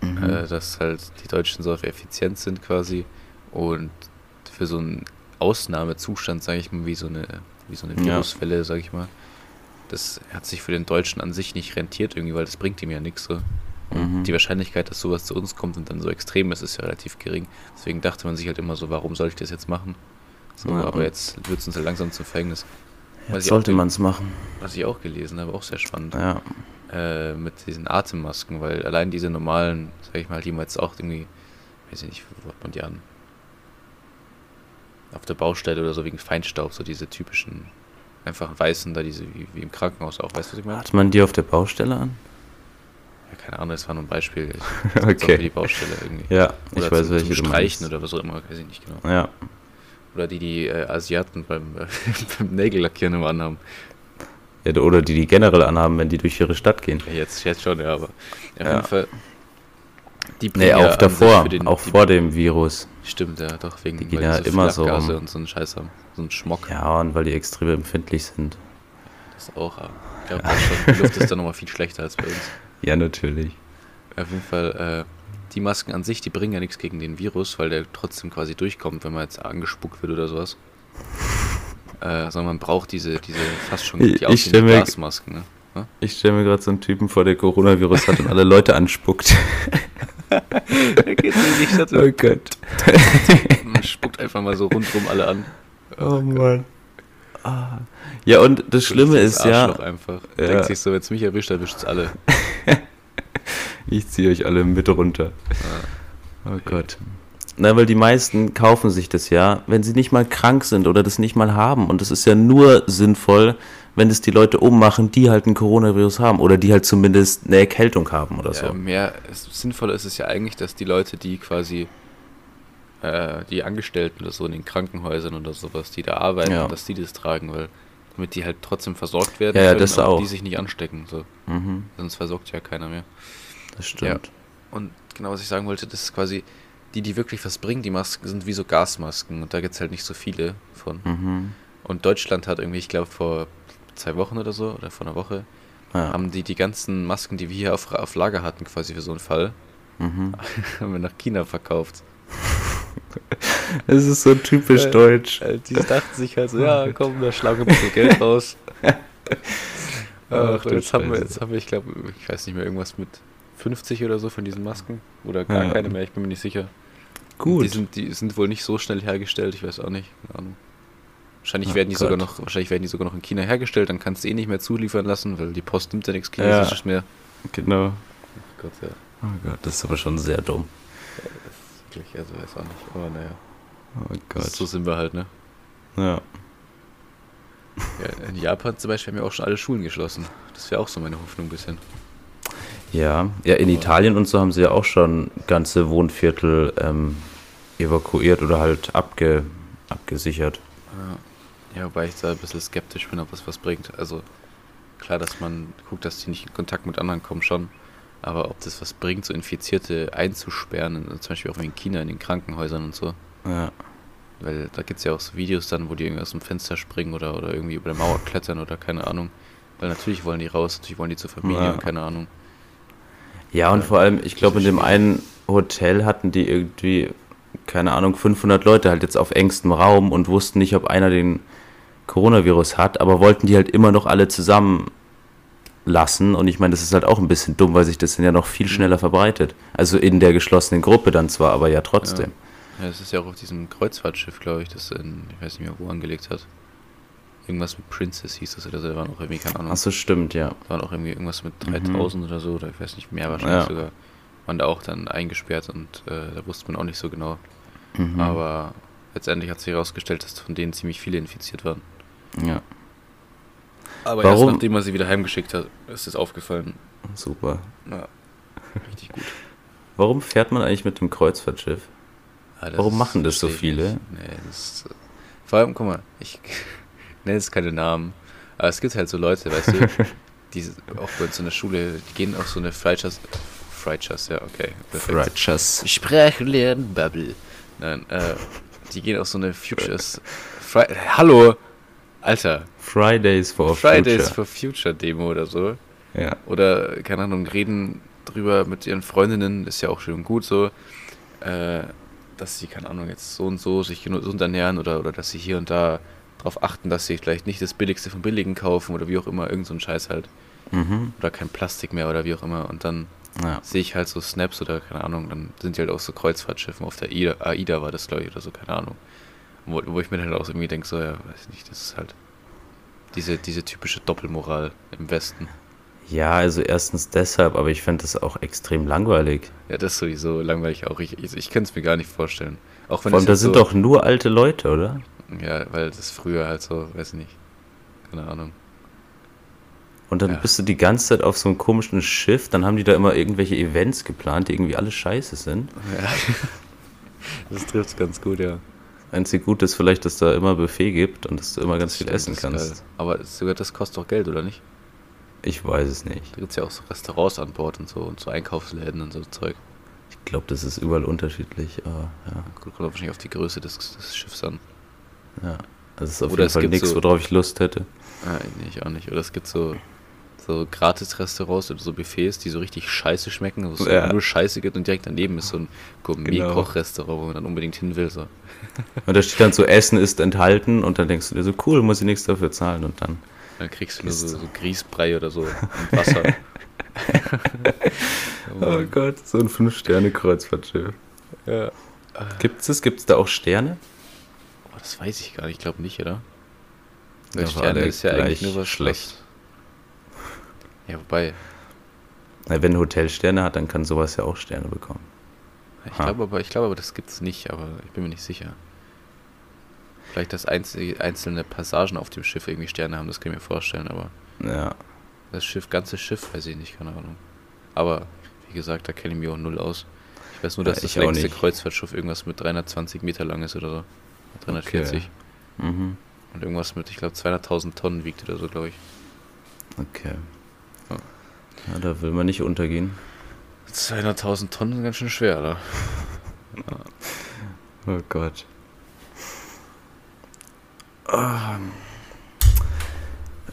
Speaker 1: Mhm.
Speaker 2: Äh, dass halt die Deutschen so auf Effizienz sind quasi und für so einen Ausnahmezustand, sage ich mal, wie so eine, wie so eine
Speaker 1: Ja.
Speaker 2: Viruswelle, sage ich mal, das hat sich für den Deutschen an sich nicht rentiert irgendwie, weil das bringt ihm ja nichts. So. Und
Speaker 1: Mhm.
Speaker 2: die Wahrscheinlichkeit, dass sowas zu uns kommt und dann so extrem ist, ist ja relativ gering. Deswegen dachte man sich halt immer so, warum soll ich das jetzt machen? So,
Speaker 1: Ja,
Speaker 2: aber
Speaker 1: und-
Speaker 2: jetzt wird es uns halt langsam zum Verhängnis.
Speaker 1: Jetzt
Speaker 2: ich
Speaker 1: sollte
Speaker 2: auch,
Speaker 1: man es machen.
Speaker 2: Was ich auch gelesen habe, auch sehr spannend
Speaker 1: Ja,
Speaker 2: äh, mit diesen Atemmasken, weil allein diese normalen, sag ich mal, die man jetzt auch irgendwie, weiß ich nicht, wo hat man die an? Auf der Baustelle oder so wegen Feinstaub, so diese typischen, einfach weißen da, diese wie, wie im Krankenhaus auch, weißt du, was ich meine?
Speaker 1: hat man die auf der Baustelle an?
Speaker 2: Ja, keine Ahnung, das war nur ein Beispiel. Ich okay. für die
Speaker 1: Okay.
Speaker 2: Baustelle irgendwie.
Speaker 1: Ja,
Speaker 2: Oder
Speaker 1: ich weiß,
Speaker 2: zum,
Speaker 1: welche
Speaker 2: zum
Speaker 1: du
Speaker 2: Streichen
Speaker 1: meinst.
Speaker 2: oder was auch immer, weiß ich nicht genau.
Speaker 1: Ja,
Speaker 2: Oder die, die äh, Asiaten beim, beim Nägellackieren immer anhaben.
Speaker 1: Ja, oder die die generell anhaben, wenn die durch ihre Stadt gehen.
Speaker 2: Jetzt, jetzt schon, ja, aber auf
Speaker 1: Ja.
Speaker 2: jeden Fall. Die
Speaker 1: Nee,
Speaker 2: bringen ja
Speaker 1: auch
Speaker 2: an sich
Speaker 1: davor,
Speaker 2: für den-
Speaker 1: auch
Speaker 2: die-
Speaker 1: vor dem Virus.
Speaker 2: Stimmt, ja, doch, wegen
Speaker 1: gehen
Speaker 2: weil
Speaker 1: ja immer
Speaker 2: viel
Speaker 1: so
Speaker 2: Abgase
Speaker 1: rum.
Speaker 2: und so einen Scheiß haben. So ein Schmock,
Speaker 1: Ja, und weil die extrem empfindlich sind.
Speaker 2: das auch. aber Ich glaube, das schon. Die Luft ist dann nochmal viel schlechter als bei uns.
Speaker 1: Ja, natürlich.
Speaker 2: Auf jeden Fall, äh, die Masken an sich, die bringen ja nichts gegen den Virus, weil der trotzdem quasi durchkommt, wenn man jetzt angespuckt wird oder sowas. Äh, sondern man braucht diese, diese fast schon
Speaker 1: Ich-
Speaker 2: die
Speaker 1: ich
Speaker 2: aussehenden
Speaker 1: stell mir-
Speaker 2: Gasmasken, ne? Ja?
Speaker 1: Ich stelle mir gerade so einen Typen vor, der Coronavirus hat und alle Leute anspuckt.
Speaker 2: Da geht's in die Stadt
Speaker 1: Oh Gott.
Speaker 2: Man spuckt einfach mal so rundrum alle an.
Speaker 1: Oh Mann. Ja, und das Schlimme ist
Speaker 2: Arschloch
Speaker 1: ja,
Speaker 2: einfach.
Speaker 1: Ja.
Speaker 2: Denkt sich so, wenn es mich erwischt, erwischt es alle.
Speaker 1: ich ziehe euch alle mit runter. Oh Gott. Na, weil die meisten kaufen sich das ja, wenn sie nicht mal krank sind oder das nicht mal haben. Und das ist ja nur sinnvoll, wenn es die Leute ummachen, die halt ein Coronavirus haben oder die halt zumindest eine Erkältung haben oder
Speaker 2: Ja,
Speaker 1: so.
Speaker 2: mehr es, sinnvoller ist es ja eigentlich, dass die Leute, die quasi äh, die Angestellten oder so in den Krankenhäusern oder sowas, die da arbeiten,
Speaker 1: Ja.
Speaker 2: dass die das tragen, weil damit die halt trotzdem versorgt werden,
Speaker 1: Ja, ja,
Speaker 2: können,
Speaker 1: das
Speaker 2: aber
Speaker 1: auch.
Speaker 2: die sich nicht anstecken. So.
Speaker 1: Mhm,
Speaker 2: Sonst versorgt ja keiner mehr.
Speaker 1: das stimmt.
Speaker 2: Und genau, was ich sagen wollte, das ist quasi, die, die wirklich was bringen, die Masken sind wie so Gasmasken und da gibt es halt nicht so viele von.
Speaker 1: Mhm.
Speaker 2: Und Deutschland hat irgendwie, ich glaube, vor zwei Wochen oder so, oder vor einer Woche,
Speaker 1: Ja.
Speaker 2: haben die die ganzen Masken, die wir hier auf, auf Lager hatten, quasi für so einen Fall,
Speaker 1: Mhm.
Speaker 2: haben wir nach China verkauft.
Speaker 1: Es ist so typisch
Speaker 2: Äh,
Speaker 1: deutsch.
Speaker 2: Äh, Die dachten sich halt so, ja, komm, da schlagen wir ein bisschen Geld raus.
Speaker 1: Ach,
Speaker 2: Ach, und
Speaker 1: du
Speaker 2: jetzt haben wir,
Speaker 1: Scheiße.
Speaker 2: jetzt haben wir, ich glaube, ich weiß nicht mehr, irgendwas mit 50 oder so von diesen Masken. Oder gar
Speaker 1: Ja.
Speaker 2: keine mehr, ich bin mir nicht sicher. Die
Speaker 1: Gut.
Speaker 2: sind, die sind wohl nicht so schnell hergestellt, ich weiß auch nicht. Keine Ahnung. Wahrscheinlich
Speaker 1: Ach
Speaker 2: werden die sogar
Speaker 1: Gott.
Speaker 2: noch, wahrscheinlich werden die sogar noch in China hergestellt, dann kannst du eh nicht mehr zuliefern lassen, weil die Post nimmt ja nichts Chinesisches mehr.
Speaker 1: Genau.
Speaker 2: Ach Gott, ja.
Speaker 1: Oh Gott, das ist aber schon sehr dumm.
Speaker 2: Wirklich, also weiß auch nicht. Aber naja.
Speaker 1: Oh
Speaker 2: So
Speaker 1: Gott.
Speaker 2: sind wir halt, ne?
Speaker 1: Ja.
Speaker 2: Ja, in Japan zum Beispiel haben ja auch schon alle Schulen geschlossen. Das wäre auch so meine Hoffnung ein bisschen.
Speaker 1: Ja, ja, in
Speaker 2: Aber-
Speaker 1: Italien und so haben sie ja auch schon ganze Wohnviertel ähm, evakuiert oder halt abge, abgesichert.
Speaker 2: Ja, wobei ich da ein bisschen skeptisch bin, ob das was bringt. Also klar, dass man guckt, dass die nicht in Kontakt mit anderen kommen, schon. Aber ob das was bringt, so Infizierte einzusperren, in- zum Beispiel auch in China, in den Krankenhäusern und so.
Speaker 1: Ja.
Speaker 2: Weil da gibt es ja auch so Videos dann, wo die irgendwie aus dem Fenster springen oder, oder irgendwie über der Mauer klettern oder keine Ahnung. Weil natürlich wollen die raus, natürlich wollen die zur Familie
Speaker 1: Ja.
Speaker 2: und keine Ahnung.
Speaker 1: Ja, und vor allem, ich glaube, in dem einen Hotel hatten die irgendwie, keine Ahnung, 500 Leute halt jetzt auf engstem Raum und wussten nicht, ob einer den Coronavirus hat, aber wollten die halt immer noch alle zusammen lassen. Und ich meine, das ist halt auch ein bisschen dumm, weil sich das dann ja noch viel schneller verbreitet. Also in der geschlossenen Gruppe dann zwar, aber ja trotzdem.
Speaker 2: Ja, das ist ja auch auf diesem Kreuzfahrtschiff, glaube ich, das in, ich weiß nicht mehr wo angelegt hat. Irgendwas mit Princess hieß das oder so, da waren auch irgendwie, keine Ahnung,
Speaker 1: Achso, stimmt, ja.
Speaker 2: da waren auch irgendwie irgendwas mit 3000 oder so, oder ich weiß nicht mehr, wahrscheinlich
Speaker 1: Mhm. Ja.
Speaker 2: sogar. Waren da auch dann eingesperrt und äh, da wusste man auch nicht so genau.
Speaker 1: Mhm.
Speaker 2: Aber letztendlich hat sich herausgestellt, dass von denen ziemlich viele infiziert waren.
Speaker 1: Ja,
Speaker 2: Aber
Speaker 1: erst
Speaker 2: erst
Speaker 1: Warum?
Speaker 2: nachdem man sie wieder heimgeschickt hat, ist es aufgefallen.
Speaker 1: super.
Speaker 2: Ja, richtig gut.
Speaker 1: Warum fährt man eigentlich mit dem Kreuzfahrtschiff?
Speaker 2: Ah, das
Speaker 1: Warum machen das so
Speaker 2: verstehe ich
Speaker 1: viele?
Speaker 2: nicht. Nee, das ist, äh, vor allem, guck mal, ich nenne jetzt keine Namen, aber es gibt halt so Leute, weißt du, die auch bei uns in der Schule, die gehen auf so eine Freitschers, Freitschers, ja, okay, perfekt.
Speaker 1: Freitschers.
Speaker 2: Sprechen lernen, Bubble. Nein, äh, die gehen auf so eine Futures, Fri hallo, Alter,
Speaker 1: Fridays for
Speaker 2: Fridays
Speaker 1: Future.
Speaker 2: for Future Demo oder so,
Speaker 1: ja.
Speaker 2: oder, keine Ahnung, reden drüber mit ihren Freundinnen, ist ja auch schön und gut so, äh, dass sie, keine Ahnung, jetzt so und so sich gesund ernähren oder, oder dass sie hier und da darauf achten, dass sie vielleicht nicht das Billigste vom Billigen kaufen oder wie auch immer, irgend so ein Scheiß halt.
Speaker 1: Mhm.
Speaker 2: Oder kein Plastik mehr oder wie auch immer. Und dann
Speaker 1: ja.
Speaker 2: sehe ich halt so Snaps oder keine Ahnung, dann sind die halt auch so Kreuzfahrtschiffen auf der AIDA, AIDA war das, glaube ich, oder so, keine Ahnung. Wo, wo ich mir dann halt auch so irgendwie denke, so, ja, weiß nicht, das ist halt diese, diese typische Doppelmoral im Westen.
Speaker 1: Ja, also erstens deshalb, aber ich fände das auch extrem langweilig.
Speaker 2: Ja, das ist sowieso langweilig auch. Ich, ich, ich kann es mir gar nicht vorstellen. Auch wenn
Speaker 1: Vor allem,
Speaker 2: es
Speaker 1: da
Speaker 2: jetzt
Speaker 1: sind
Speaker 2: so,
Speaker 1: doch nur alte Leute, oder?
Speaker 2: Ja, weil das früher halt so, weiß nicht. Keine Ahnung.
Speaker 1: Und dann
Speaker 2: Ja.
Speaker 1: bist du die ganze Zeit auf so einem komischen Schiff, dann haben die da immer irgendwelche Events geplant, die irgendwie alle scheiße sind.
Speaker 2: Das trifft ganz gut, ja.
Speaker 1: Einzig Gute ist vielleicht, dass da immer Buffet gibt und dass du immer ganz viel
Speaker 2: Stimmt,
Speaker 1: essen
Speaker 2: das ist
Speaker 1: kannst.
Speaker 2: geil. Aber sogar das kostet doch Geld, oder nicht?
Speaker 1: Ich weiß es nicht.
Speaker 2: Da gibt es ja auch so Restaurants an Bord und so und so Einkaufsläden und so Zeug.
Speaker 1: Ich glaube, das ist überall unterschiedlich, aber ja.
Speaker 2: Gut, kommt auch wahrscheinlich auf die Größe des, des Schiffs an.
Speaker 1: ja. Also es ist auf
Speaker 2: Oder es
Speaker 1: jeden Fall
Speaker 2: gibt
Speaker 1: nichts,
Speaker 2: so-
Speaker 1: worauf ich Lust hätte.
Speaker 2: Ah, nee, ich auch nicht. Oder es gibt so, so Gratis-Restaurants oder so Buffets, die so richtig scheiße schmecken, wo es so
Speaker 1: Ja.
Speaker 2: nur Scheiße gibt und direkt daneben ist so ein
Speaker 1: Genau.
Speaker 2: Gourmet-Koch-Restaurant, wo man dann unbedingt hin will. So.
Speaker 1: Und da steht dann so, Essen ist enthalten und dann denkst du dir so, cool, muss ich nichts dafür zahlen und dann.
Speaker 2: Dann kriegst du nur
Speaker 1: Ist
Speaker 2: so,
Speaker 1: so.
Speaker 2: so Grießbrei oder so und Wasser.
Speaker 1: Oh Gott, so ein Fünf-Sterne-Kreuzfahrtschiff.
Speaker 2: ja.
Speaker 1: Gibt's es? Gibt's da auch Sterne?
Speaker 2: oh, das weiß ich gar nicht. Ich glaube nicht, oder?
Speaker 1: Ja,
Speaker 2: Weil
Speaker 1: aber
Speaker 2: Sterne
Speaker 1: alle
Speaker 2: ist ja eigentlich nur was
Speaker 1: schlecht.
Speaker 2: was- Ja, wobei,
Speaker 1: Na, wenn ein Hotel Sterne hat, dann kann sowas ja auch Sterne bekommen.
Speaker 2: ich
Speaker 1: Ha.
Speaker 2: glaube aber, ich glaube aber, das gibt's nicht, aber ich bin mir nicht sicher. Vielleicht, dass einzel- einzelne Passagen auf dem Schiff irgendwie Sterne haben, das kann ich mir vorstellen, aber
Speaker 1: Ja,
Speaker 2: das Schiff, ganze Schiff, weiß ich nicht, keine Ahnung. Aber, wie gesagt, da kenne ich mich auch null aus. Ich weiß nur,
Speaker 1: Ja,
Speaker 2: dass das
Speaker 1: ich auch
Speaker 2: längste
Speaker 1: nicht.
Speaker 2: Kreuzfahrtschiff irgendwas mit 320 Meter lang ist oder so. 340.
Speaker 1: mhm.
Speaker 2: Und irgendwas mit, ich glaube, 200.000 Tonnen wiegt oder so, glaube ich.
Speaker 1: okay.
Speaker 2: Ja.
Speaker 1: Ja, da will man nicht untergehen.
Speaker 2: 200.000 Tonnen sind ganz schön schwer, oder?
Speaker 1: Oh Gott. Ähm.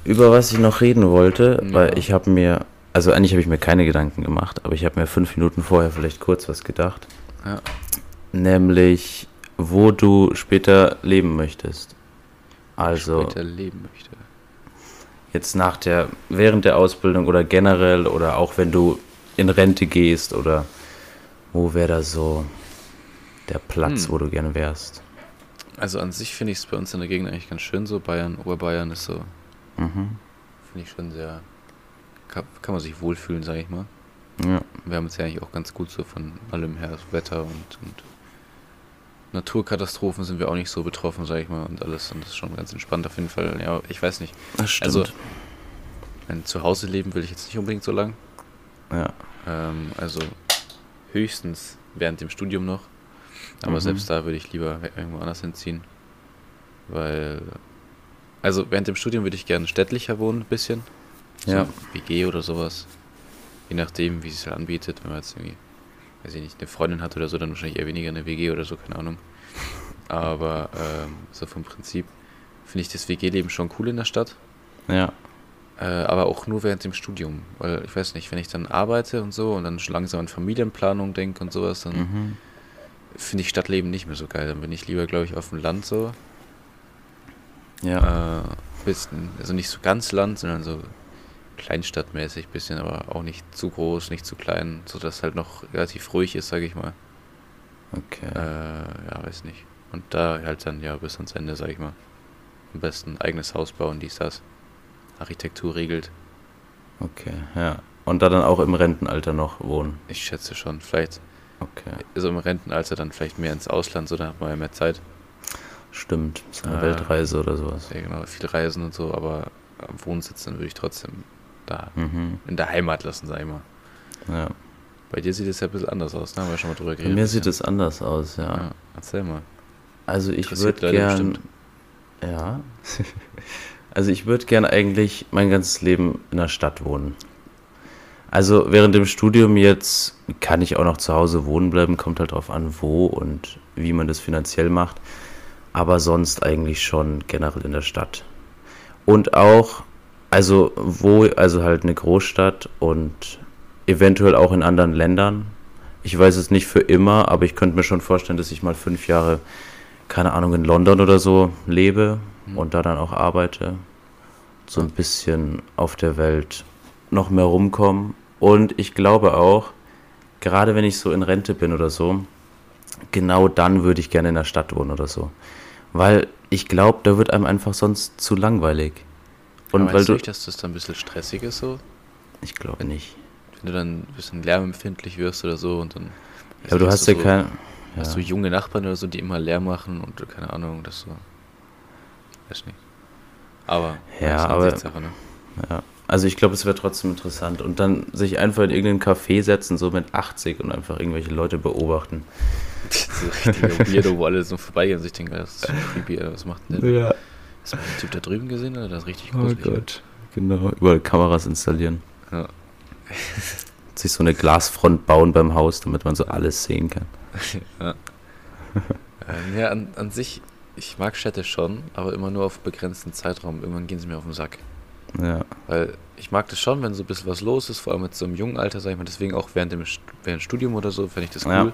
Speaker 1: Über was ich noch reden wollte,
Speaker 2: Ja.
Speaker 1: weil ich habe mir, also eigentlich habe ich mir keine Gedanken gemacht, aber ich habe mir fünf Minuten vorher vielleicht kurz was gedacht.
Speaker 2: Ja.
Speaker 1: Nämlich, wo du später leben möchtest. Also
Speaker 2: Später leben möchte.
Speaker 1: jetzt nach der, während der Ausbildung oder generell oder auch wenn du in Rente gehst oder wo wäre da so der Platz,
Speaker 2: Hm.
Speaker 1: wo du gerne wärst?
Speaker 2: Also an sich finde ich es bei uns in der Gegend eigentlich ganz schön so. Bayern, Oberbayern ist so,
Speaker 1: Mhm.
Speaker 2: finde ich schon sehr, kann, kann man sich wohlfühlen, sage ich mal.
Speaker 1: Ja.
Speaker 2: Wir haben es ja eigentlich auch ganz gut so von allem her, das Wetter und, und Naturkatastrophen sind wir auch nicht so betroffen, sage ich mal, und alles. Und das ist schon ganz entspannt auf jeden Fall. Ja, ich weiß nicht.
Speaker 1: Das
Speaker 2: Also, ein Zuhause leben will ich jetzt nicht unbedingt so lang.
Speaker 1: ja.
Speaker 2: Ähm, also höchstens während dem Studium noch. Aber
Speaker 1: Mhm.
Speaker 2: selbst da würde ich lieber we- irgendwo anders hinziehen. Weil. Also während dem Studium würde ich gerne städtlicher wohnen, ein bisschen. So
Speaker 1: Ja.
Speaker 2: WG oder sowas. Je nachdem, wie sie es halt anbietet. Wenn man jetzt irgendwie, weiß ich nicht, eine Freundin hat oder so, dann wahrscheinlich eher weniger eine WG oder so, keine Ahnung. Aber ähm, so vom Prinzip finde ich das WG-Leben schon cool in der Stadt.
Speaker 1: ja.
Speaker 2: Äh, aber auch nur während dem Studium. Weil ich weiß nicht, wenn ich dann arbeite und so und dann schon langsam an Familienplanung denke und sowas, dann
Speaker 1: Mhm.
Speaker 2: finde ich Stadtleben nicht mehr so geil. Dann bin ich lieber, glaube ich, auf dem Land so.
Speaker 1: Ja.
Speaker 2: Äh, bisschen, also nicht so ganz Land, sondern so kleinstadtmäßig bisschen, aber auch nicht zu groß, nicht zu klein, sodass halt noch relativ ruhig ist, sage ich mal.
Speaker 1: Okay.
Speaker 2: Äh, ja, weiß nicht. Und da halt dann ja bis ans Ende, sag ich mal. Am besten eigenes Haus bauen, dies, das. Architektur regelt.
Speaker 1: Okay. Ja. Und da dann auch im Rentenalter noch wohnen.
Speaker 2: Ich schätze schon, vielleicht
Speaker 1: Okay.
Speaker 2: also im Rentenalter dann vielleicht mehr ins Ausland, so da hat man ja mehr Zeit.
Speaker 1: Stimmt. So eine
Speaker 2: Äh.
Speaker 1: Weltreise oder sowas.
Speaker 2: Ja, genau, viel reisen und so, aber am Wohnsitz dann würde ich trotzdem da
Speaker 1: Mhm.
Speaker 2: in der Heimat lassen, sag ich mal.
Speaker 1: Ja.
Speaker 2: Bei dir sieht es ja ein bisschen anders aus, ne? Haben wir schon mal drüber
Speaker 1: Bei
Speaker 2: geredet.
Speaker 1: mir sieht
Speaker 2: ja.
Speaker 1: es anders aus, ja.
Speaker 2: ja. Erzähl mal.
Speaker 1: Also ich
Speaker 2: Interessiert
Speaker 1: würde
Speaker 2: Leute
Speaker 1: gern.
Speaker 2: bestimmt.
Speaker 1: Ja. Also ich würde gern eigentlich mein ganzes Leben in der Stadt wohnen. Also während dem Studium jetzt kann ich auch noch zu Hause wohnen bleiben, kommt halt drauf an, wo und wie man das finanziell macht. Aber sonst eigentlich schon generell in der Stadt. Und auch, also wo, also halt eine Großstadt und eventuell auch in anderen Ländern. Ich weiß es nicht für immer, aber ich könnte mir schon vorstellen, dass ich mal fünf Jahre keine Ahnung, in London oder so lebe
Speaker 2: Mhm.
Speaker 1: und da dann auch arbeite, so ein bisschen auf der Welt noch mehr rumkommen. Und ich glaube auch, gerade wenn ich so in Rente bin oder so, genau dann würde ich gerne in der Stadt wohnen oder so. Weil ich glaube, da wird einem einfach sonst zu langweilig. Und
Speaker 2: Aber
Speaker 1: weil
Speaker 2: weißt
Speaker 1: du.
Speaker 2: nicht, dass das dann ein bisschen stressig ist, so?
Speaker 1: Ich glaube nicht.
Speaker 2: Wenn du dann ein bisschen lärmempfindlich wirst oder so und dann.
Speaker 1: Aber du hast ja
Speaker 2: so,
Speaker 1: kein.
Speaker 2: Hast du junge Nachbarn oder so, die immer Lärm machen und keine Ahnung, das so. Weiß nicht. Aber.
Speaker 1: Ja,
Speaker 2: das ist
Speaker 1: aber-
Speaker 2: Ansichtssache, ne?
Speaker 1: Also ich glaube, es wäre trotzdem interessant. Und dann sich einfach in irgendeinen Café setzen, so mit 80 und einfach irgendwelche Leute beobachten.
Speaker 2: So richtige Weirdo, wo alle so vorbeigehen und sich denken, das ist so creepy, Alter, was macht denn der?
Speaker 1: Ja.
Speaker 2: Hast du den Typ da drüben gesehen, Alter? Das ist richtig
Speaker 1: Oh
Speaker 2: gruselig.
Speaker 1: Gott. Genau. Überall Kameras installieren.
Speaker 2: Ja.
Speaker 1: Sich so eine Glasfront bauen beim Haus, damit man so alles sehen kann.
Speaker 2: ja. Ähm, ja, an, an sich, ich mag Städte schon, aber immer nur auf begrenzten Zeitraum. Irgendwann gehen sie mir auf den Sack.
Speaker 1: Ja.
Speaker 2: Weil ich mag das schon, wenn so ein bisschen was los ist, vor allem mit so einem jungen Alter, sag ich mal. Deswegen auch während dem St- während Studium oder so, fände ich das cool.
Speaker 1: Ja.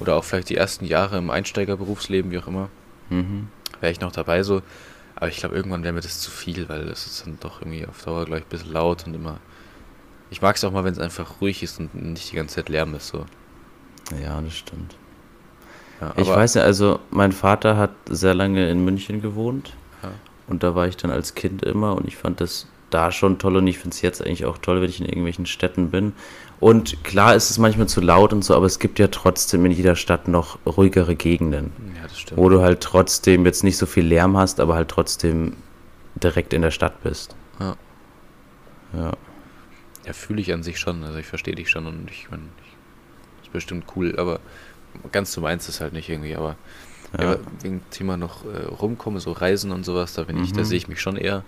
Speaker 2: Oder auch vielleicht die ersten Jahre im Einsteigerberufsleben, wie auch immer,
Speaker 1: Mhm.
Speaker 2: wäre ich noch dabei so. Aber ich glaube, irgendwann wäre mir das zu viel, weil es ist dann doch irgendwie auf Dauer, glaube ich, ein bisschen laut und immer. Ich mag es auch mal, wenn es einfach ruhig ist und nicht die ganze Zeit Lärm ist. So.
Speaker 1: Ja, das stimmt.
Speaker 2: Ja,
Speaker 1: Ich
Speaker 2: aber-
Speaker 1: weiß ja, also mein Vater hat sehr lange in München gewohnt.
Speaker 2: Ja.
Speaker 1: Und da war ich dann als Kind immer und ich fand das da schon toll und ich finde es jetzt eigentlich auch toll, wenn ich in irgendwelchen Städten bin. Und klar ist es manchmal zu laut und so, aber es gibt ja trotzdem in jeder Stadt noch ruhigere Gegenden,
Speaker 2: Ja, das stimmt.
Speaker 1: wo du halt trotzdem jetzt nicht so viel Lärm hast, aber halt trotzdem direkt in der Stadt bist.
Speaker 2: Ja.
Speaker 1: Ja,
Speaker 2: Ja, fühle ich an sich schon. Also ich verstehe dich schon und ich meine, ist bestimmt cool, aber ganz so meins ist halt nicht irgendwie. Aber
Speaker 1: Ja.
Speaker 2: ja. wegen Thema noch äh, rumkomme, so Reisen und sowas, da bin ich, da
Speaker 1: Mhm.
Speaker 2: sehe ich mich schon eher.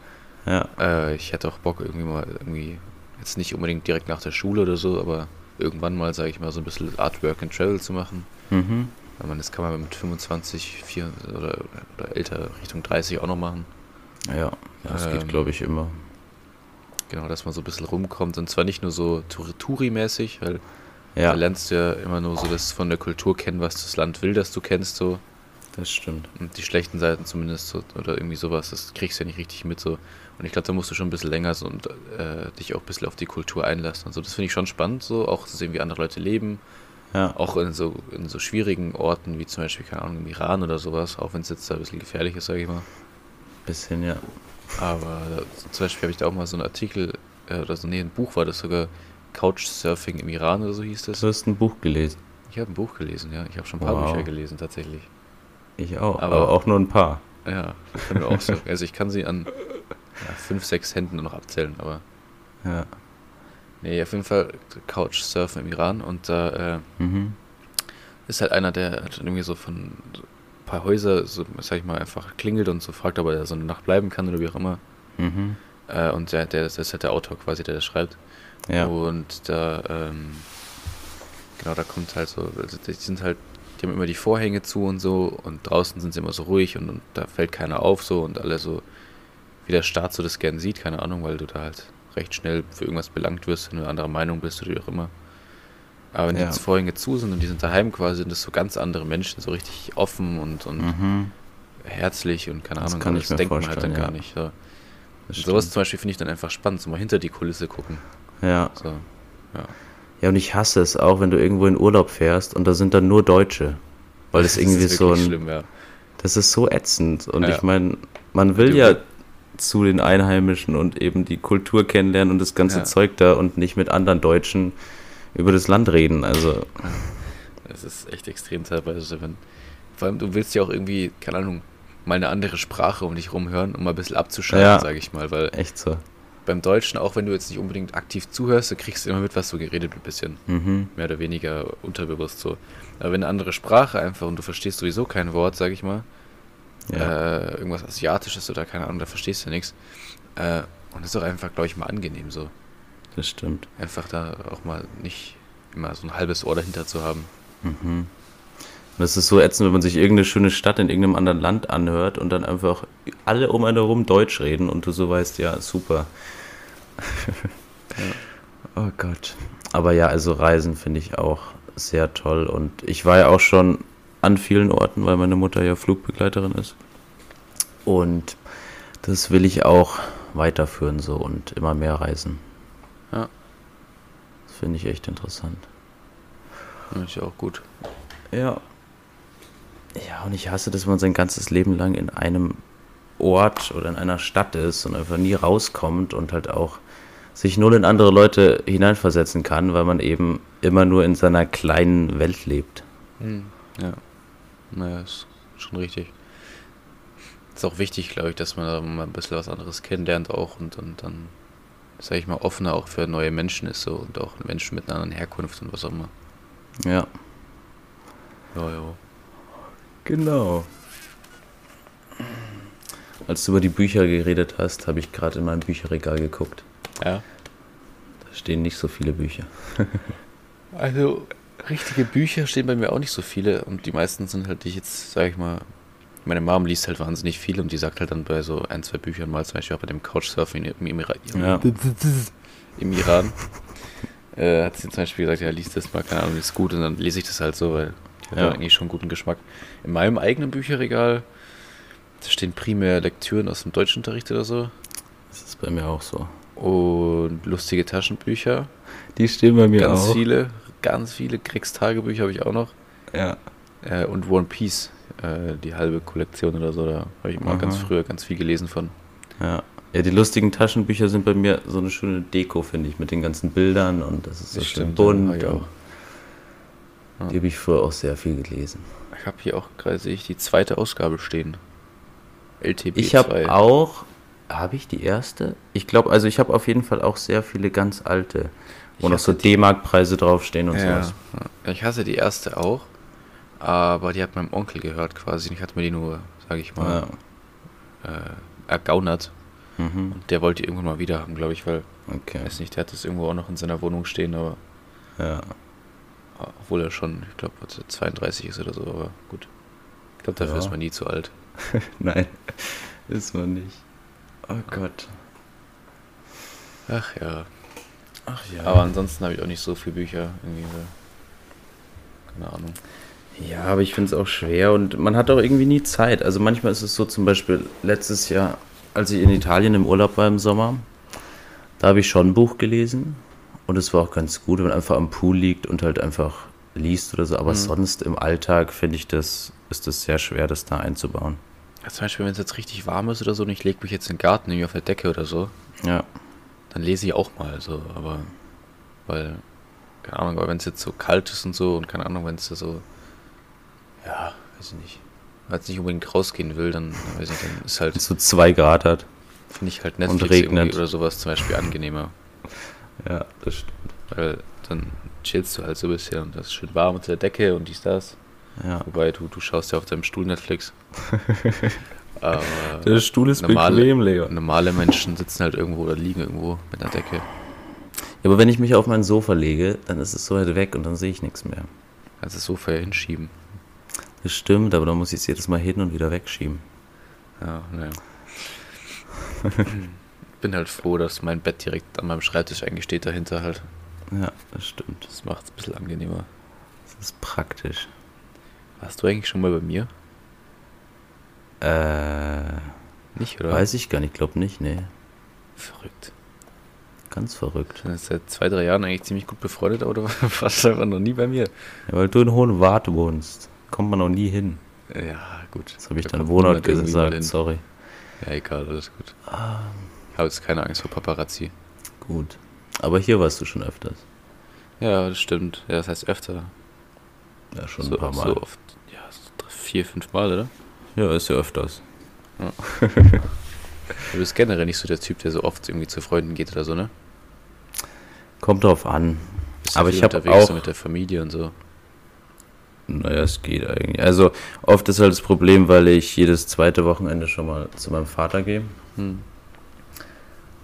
Speaker 1: ja,
Speaker 2: Äh, ich hätte auch Bock irgendwie mal irgendwie, jetzt nicht unbedingt direkt nach der Schule oder so, aber irgendwann mal, sage ich mal, so ein bisschen Artwork and Travel zu machen.
Speaker 1: mhm.
Speaker 2: Ich meine, das kann man mit 25, 4 oder, oder älter Richtung 30 auch noch machen.
Speaker 1: ja. das
Speaker 2: Ähm.
Speaker 1: geht, glaube ich, immer.
Speaker 2: Genau, dass man so ein bisschen rumkommt und zwar nicht nur so Touri- Touri-mäßig, weil
Speaker 1: Ja,
Speaker 2: Da lernst du ja immer nur so das von der Kultur kennen, was das Land will, dass du kennst so.
Speaker 1: das stimmt.
Speaker 2: Und die schlechten Seiten zumindest so, oder irgendwie sowas, das kriegst du ja nicht richtig mit so. Und ich glaube, da musst du schon ein bisschen länger so und äh, dich auch ein bisschen auf die Kultur einlassen und so. Das finde ich schon spannend so, auch zu sehen, wie andere Leute leben.
Speaker 1: Ja,
Speaker 2: Auch in so, in so schwierigen Orten, wie zum Beispiel, keine Ahnung, im Iran oder sowas, auch wenn es jetzt da ein bisschen gefährlich ist, sage ich mal.
Speaker 1: bisschen, ja.
Speaker 2: Aber da, zum Beispiel habe ich da auch mal so einen Artikel, äh, oder so, nee, ein Buch war das sogar, Couchsurfing im Iran oder so hieß das.
Speaker 1: Du hast ein Buch gelesen.
Speaker 2: Ich habe ein Buch gelesen, ja. Ich habe schon ein paar
Speaker 1: Wow.
Speaker 2: Bücher gelesen, tatsächlich.
Speaker 1: Ich auch,
Speaker 2: Aber-
Speaker 1: aber, auch nur ein paar.
Speaker 2: Ja, das können wir auch so. Also ich kann sie an ja, fünf, sechs Händen nur noch abzählen, aber.
Speaker 1: Ja.
Speaker 2: Nee, auf jeden Fall Couchsurfen im Iran und da äh,
Speaker 1: Mhm.
Speaker 2: ist halt einer, der hat irgendwie so von so ein paar Häuser, so, sag ich mal, einfach klingelt und so fragt, ob er da so eine Nacht bleiben kann oder wie auch immer.
Speaker 1: Mhm.
Speaker 2: Äh, und der, der, das ist halt der Autor quasi, der das schreibt.
Speaker 1: Ja.
Speaker 2: Und da, ähm, genau, da kommt halt so, also die sind halt, die haben immer die Vorhänge zu und so und draußen sind sie immer so ruhig und, und da fällt keiner auf so und alle so, wie der Staat so das gern sieht, keine Ahnung, weil du da halt recht schnell für irgendwas belangt wirst, wenn du anderer Meinung bist oder wie auch immer. Aber wenn die
Speaker 1: Ja.
Speaker 2: jetzt Vorhänge zu sind und die sind daheim quasi, sind das so ganz andere Menschen, so richtig offen und, und
Speaker 1: Mhm.
Speaker 2: herzlich und keine
Speaker 1: Das
Speaker 2: Ahnung,
Speaker 1: kann
Speaker 2: aber
Speaker 1: ich mir
Speaker 2: denkt man halt dann
Speaker 1: vorstellen,
Speaker 2: gar
Speaker 1: ja.
Speaker 2: nicht. So. Und
Speaker 1: Das
Speaker 2: sowas zum Beispiel finde ich dann einfach spannend, so mal hinter die Kulisse gucken.
Speaker 1: Ja.
Speaker 2: So. Ja.
Speaker 1: ja, und ich hasse es auch, wenn du irgendwo in Urlaub fährst und da sind dann nur Deutsche. Weil das, irgendwie
Speaker 2: ist
Speaker 1: so ein.
Speaker 2: wirklich Schlimm, ja.
Speaker 1: Das ist so ätzend. Und
Speaker 2: Ja.
Speaker 1: ich meine, man will
Speaker 2: Die-
Speaker 1: ja zu den Einheimischen und eben die Kultur kennenlernen und das ganze
Speaker 2: Ja.
Speaker 1: Zeug da und nicht mit anderen Deutschen über das Land reden. Also,
Speaker 2: Es ist echt extrem teilweise, so, wenn. Vor allem, du willst ja auch irgendwie, keine Ahnung, mal eine andere Sprache um dich rumhören, um mal ein bisschen abzuschalten,
Speaker 1: Ja.
Speaker 2: sage ich mal. Weil
Speaker 1: echt so.
Speaker 2: beim Deutschen, auch wenn du jetzt nicht unbedingt aktiv zuhörst, du kriegst immer mit, was so geredet wird, ein bisschen.
Speaker 1: Mhm.
Speaker 2: Mehr oder weniger unterbewusst so. Aber wenn eine andere Sprache einfach und du verstehst sowieso kein Wort, sage ich mal,
Speaker 1: Ja.
Speaker 2: äh, irgendwas Asiatisches oder keine Ahnung, da verstehst du nichts. Äh, und das ist doch einfach, glaube ich, mal angenehm so.
Speaker 1: Das stimmt.
Speaker 2: Einfach da auch mal nicht immer so ein halbes Ohr dahinter zu haben.
Speaker 1: Und das ist so ätzend, wenn man sich irgendeine schöne Stadt in irgendeinem anderen Land anhört und dann einfach alle um einen herum Deutsch reden und du so weißt, ja, super. Oh Gott. Aber ja, also Reisen finde ich auch sehr toll und ich war ja auch schon an vielen Orten, weil meine Mutter ja Flugbegleiterin ist. Und das will ich auch weiterführen so und immer mehr reisen.
Speaker 2: Ja.
Speaker 1: Das finde ich echt interessant.
Speaker 2: Finde ich auch gut.
Speaker 1: Ja. Ja, und ich hasse, dass man sein ganzes Leben lang in einem Ort oder in einer Stadt ist und einfach nie rauskommt und halt auch sich null in andere Leute hineinversetzen kann, weil man eben immer nur in seiner kleinen Welt lebt.
Speaker 2: Hm, ja. Naja, ist schon richtig. Ist auch wichtig, glaube ich, dass man da mal ein bisschen was anderes kennenlernt auch und, und dann sag ich mal, offener auch für neue Menschen ist so und auch Menschen mit einer anderen Herkunft und was auch immer.
Speaker 1: Ja.
Speaker 2: Ja, ja.
Speaker 1: Genau. Als du über die Bücher geredet hast, habe ich gerade in mein Bücherregal geguckt.
Speaker 2: Ja.
Speaker 1: Da stehen nicht so viele Bücher.
Speaker 2: Also, richtige Bücher stehen bei mir auch nicht so viele und die meisten sind halt, die ich jetzt, sag ich mal, meine Mom liest halt wahnsinnig viel und die sagt halt dann bei so ein, zwei Büchern mal, zum Beispiel auch bei dem Couchsurfing im, im, Ira
Speaker 1: Ja.
Speaker 2: im Iran, äh, hat sie zum Beispiel gesagt, ja, liest das mal, keine Ahnung, ist gut und dann lese ich das halt so, weil ich habe
Speaker 1: Ja.
Speaker 2: ja. eigentlich schon guten Geschmack. In meinem eigenen Bücherregal da stehen primär Lektüren aus dem Deutschunterricht oder so
Speaker 1: Das ist bei mir auch so.
Speaker 2: und lustige Taschenbücher,
Speaker 1: Die stehen bei mir
Speaker 2: ganz
Speaker 1: auch.
Speaker 2: viele, ganz viele, Kriegstagebücher habe ich auch noch.
Speaker 1: Ja.
Speaker 2: Äh, und One Piece, äh, die halbe Kollektion oder so, da habe ich mal
Speaker 1: Aha.
Speaker 2: ganz früher ganz viel gelesen von.
Speaker 1: ja. Ja, die lustigen Taschenbücher sind bei mir so eine schöne Deko, finde ich, mit den ganzen Bildern und das ist so
Speaker 2: Das
Speaker 1: schön
Speaker 2: stimmt, ja, hab
Speaker 1: bunt.
Speaker 2: ich auch.
Speaker 1: und Die habe ich früher auch sehr viel gelesen.
Speaker 2: Ich habe hier auch gerade, sehe ich, die zweite Ausgabe stehen. LTB
Speaker 1: Ich habe
Speaker 2: 2.
Speaker 1: auch, habe ich die erste? Ich glaube, also ich habe auf jeden Fall auch sehr viele ganz alte, wo
Speaker 2: Ich
Speaker 1: noch so D-Mark-Preise draufstehen und
Speaker 2: ja.
Speaker 1: sowas.
Speaker 2: ja. Ich hasse die erste auch, aber die hat meinem Onkel gehört quasi. und Ich hatte mir die nur, sage ich mal,
Speaker 1: Ja.
Speaker 2: ergaunert.
Speaker 1: Mhm.
Speaker 2: Und der wollte die irgendwann mal wieder haben, glaube ich, weil,
Speaker 1: Okay.
Speaker 2: weiß nicht, der hat das irgendwo auch noch in seiner Wohnung stehen, aber
Speaker 1: Ja.
Speaker 2: obwohl er schon, ich glaube, 32 ist oder so, aber gut. Ich glaube, dafür
Speaker 1: Ja.
Speaker 2: ist man nie zu alt.
Speaker 1: Nein, ist man nicht. Oh Gott.
Speaker 2: Ach ja.
Speaker 1: Ach
Speaker 2: Aber ansonsten habe ich auch nicht so viele Bücher. Irgendwie, äh, keine Ahnung.
Speaker 1: Ja, aber ich finde es auch schwer und man hat auch irgendwie nie Zeit. Also manchmal ist es so, zum Beispiel letztes Jahr, als ich in Italien im Urlaub war im Sommer, da habe ich schon ein Buch gelesen und es war auch ganz gut, wenn man einfach am Pool liegt und halt einfach liest oder so. Aber sonst im Alltag finde ich das, ist das sehr schwer, das da einzubauen.
Speaker 2: Ja, zum Beispiel, wenn es jetzt richtig warm ist oder so und ich lege mich jetzt in den Garten, irgendwie auf der Decke oder so,
Speaker 1: Ja,
Speaker 2: dann lese ich auch mal so, aber weil, keine Ahnung, aber wenn es jetzt so kalt ist und so und keine Ahnung, wenn es da so, ja, weiß ich nicht, wenn man jetzt nicht unbedingt rausgehen will, dann, dann weiß ich nicht, dann ist halt,
Speaker 1: wenn es so zwei Grad hat.
Speaker 2: finde ich halt Netflix
Speaker 1: regnet.
Speaker 2: irgendwie oder sowas zum Beispiel angenehmer,
Speaker 1: Ja, das stimmt.
Speaker 2: weil dann chillst du halt so ein bisschen und das ist schön warm unter der Decke und dies, das.
Speaker 1: Ja.
Speaker 2: Wobei du, du schaust ja auf deinem Stuhl Netflix. Aber
Speaker 1: Der Stuhl ist
Speaker 2: Normale-
Speaker 1: bequem, Leon.
Speaker 2: normale Menschen sitzen halt irgendwo oder liegen irgendwo mit einer Decke.
Speaker 1: Ja, aber wenn ich mich auf mein Sofa lege, dann ist es so weit weg und dann sehe ich nichts mehr.
Speaker 2: Also das Sofa ja hinschieben.
Speaker 1: Das stimmt, aber dann muss ich es jedes Mal hin und wieder wegschieben.
Speaker 2: Ja, naja. Bin halt froh, dass mein Bett direkt an meinem Schreibtisch eigentlich steht dahinter halt.
Speaker 1: Ja, das stimmt.
Speaker 2: Das macht es ein bisschen angenehmer.
Speaker 1: Das ist praktisch.
Speaker 2: Warst du eigentlich schon mal bei mir?
Speaker 1: Äh,
Speaker 2: Nicht, oder?
Speaker 1: weiß ich gar nicht, glaub nicht, nee.
Speaker 2: Verrückt.
Speaker 1: Ganz verrückt.
Speaker 2: Ich bin jetzt seit zwei, drei Jahren eigentlich ziemlich gut befreundet, aber du warst einfach noch nie bei mir.
Speaker 1: Ja, weil du in Hohenwart wohnst, kommt man noch nie hin.
Speaker 2: Ja, gut.
Speaker 1: Das habe ich
Speaker 2: Da
Speaker 1: dann
Speaker 2: kommt niemand
Speaker 1: Wohnort
Speaker 2: irgendwie mal hin.
Speaker 1: gesagt, sorry.
Speaker 2: Ja, egal, alles gut.
Speaker 1: Ähm.
Speaker 2: Ich habe jetzt keine Angst vor Paparazzi.
Speaker 1: Gut. Aber hier warst du schon öfters.
Speaker 2: Ja, das stimmt. Ja, das heißt öfter.
Speaker 1: Ja, schon
Speaker 2: so,
Speaker 1: ein paar Mal.
Speaker 2: so oft. Ja, so drei, vier, fünf Mal, oder?
Speaker 1: Ja, ist ja öfters.
Speaker 2: Du bist generell nicht so der Typ, der so oft irgendwie zu Freunden geht oder so, ne?
Speaker 1: Kommt drauf an.
Speaker 2: Bist ja
Speaker 1: Aber
Speaker 2: viel
Speaker 1: ich habe
Speaker 2: unterwegs so
Speaker 1: auch
Speaker 2: mit der Familie und so.
Speaker 1: Naja, es geht eigentlich. Also oft ist halt das Problem, weil ich jedes zweite Wochenende schon mal zu meinem Vater gehe.
Speaker 2: Hm.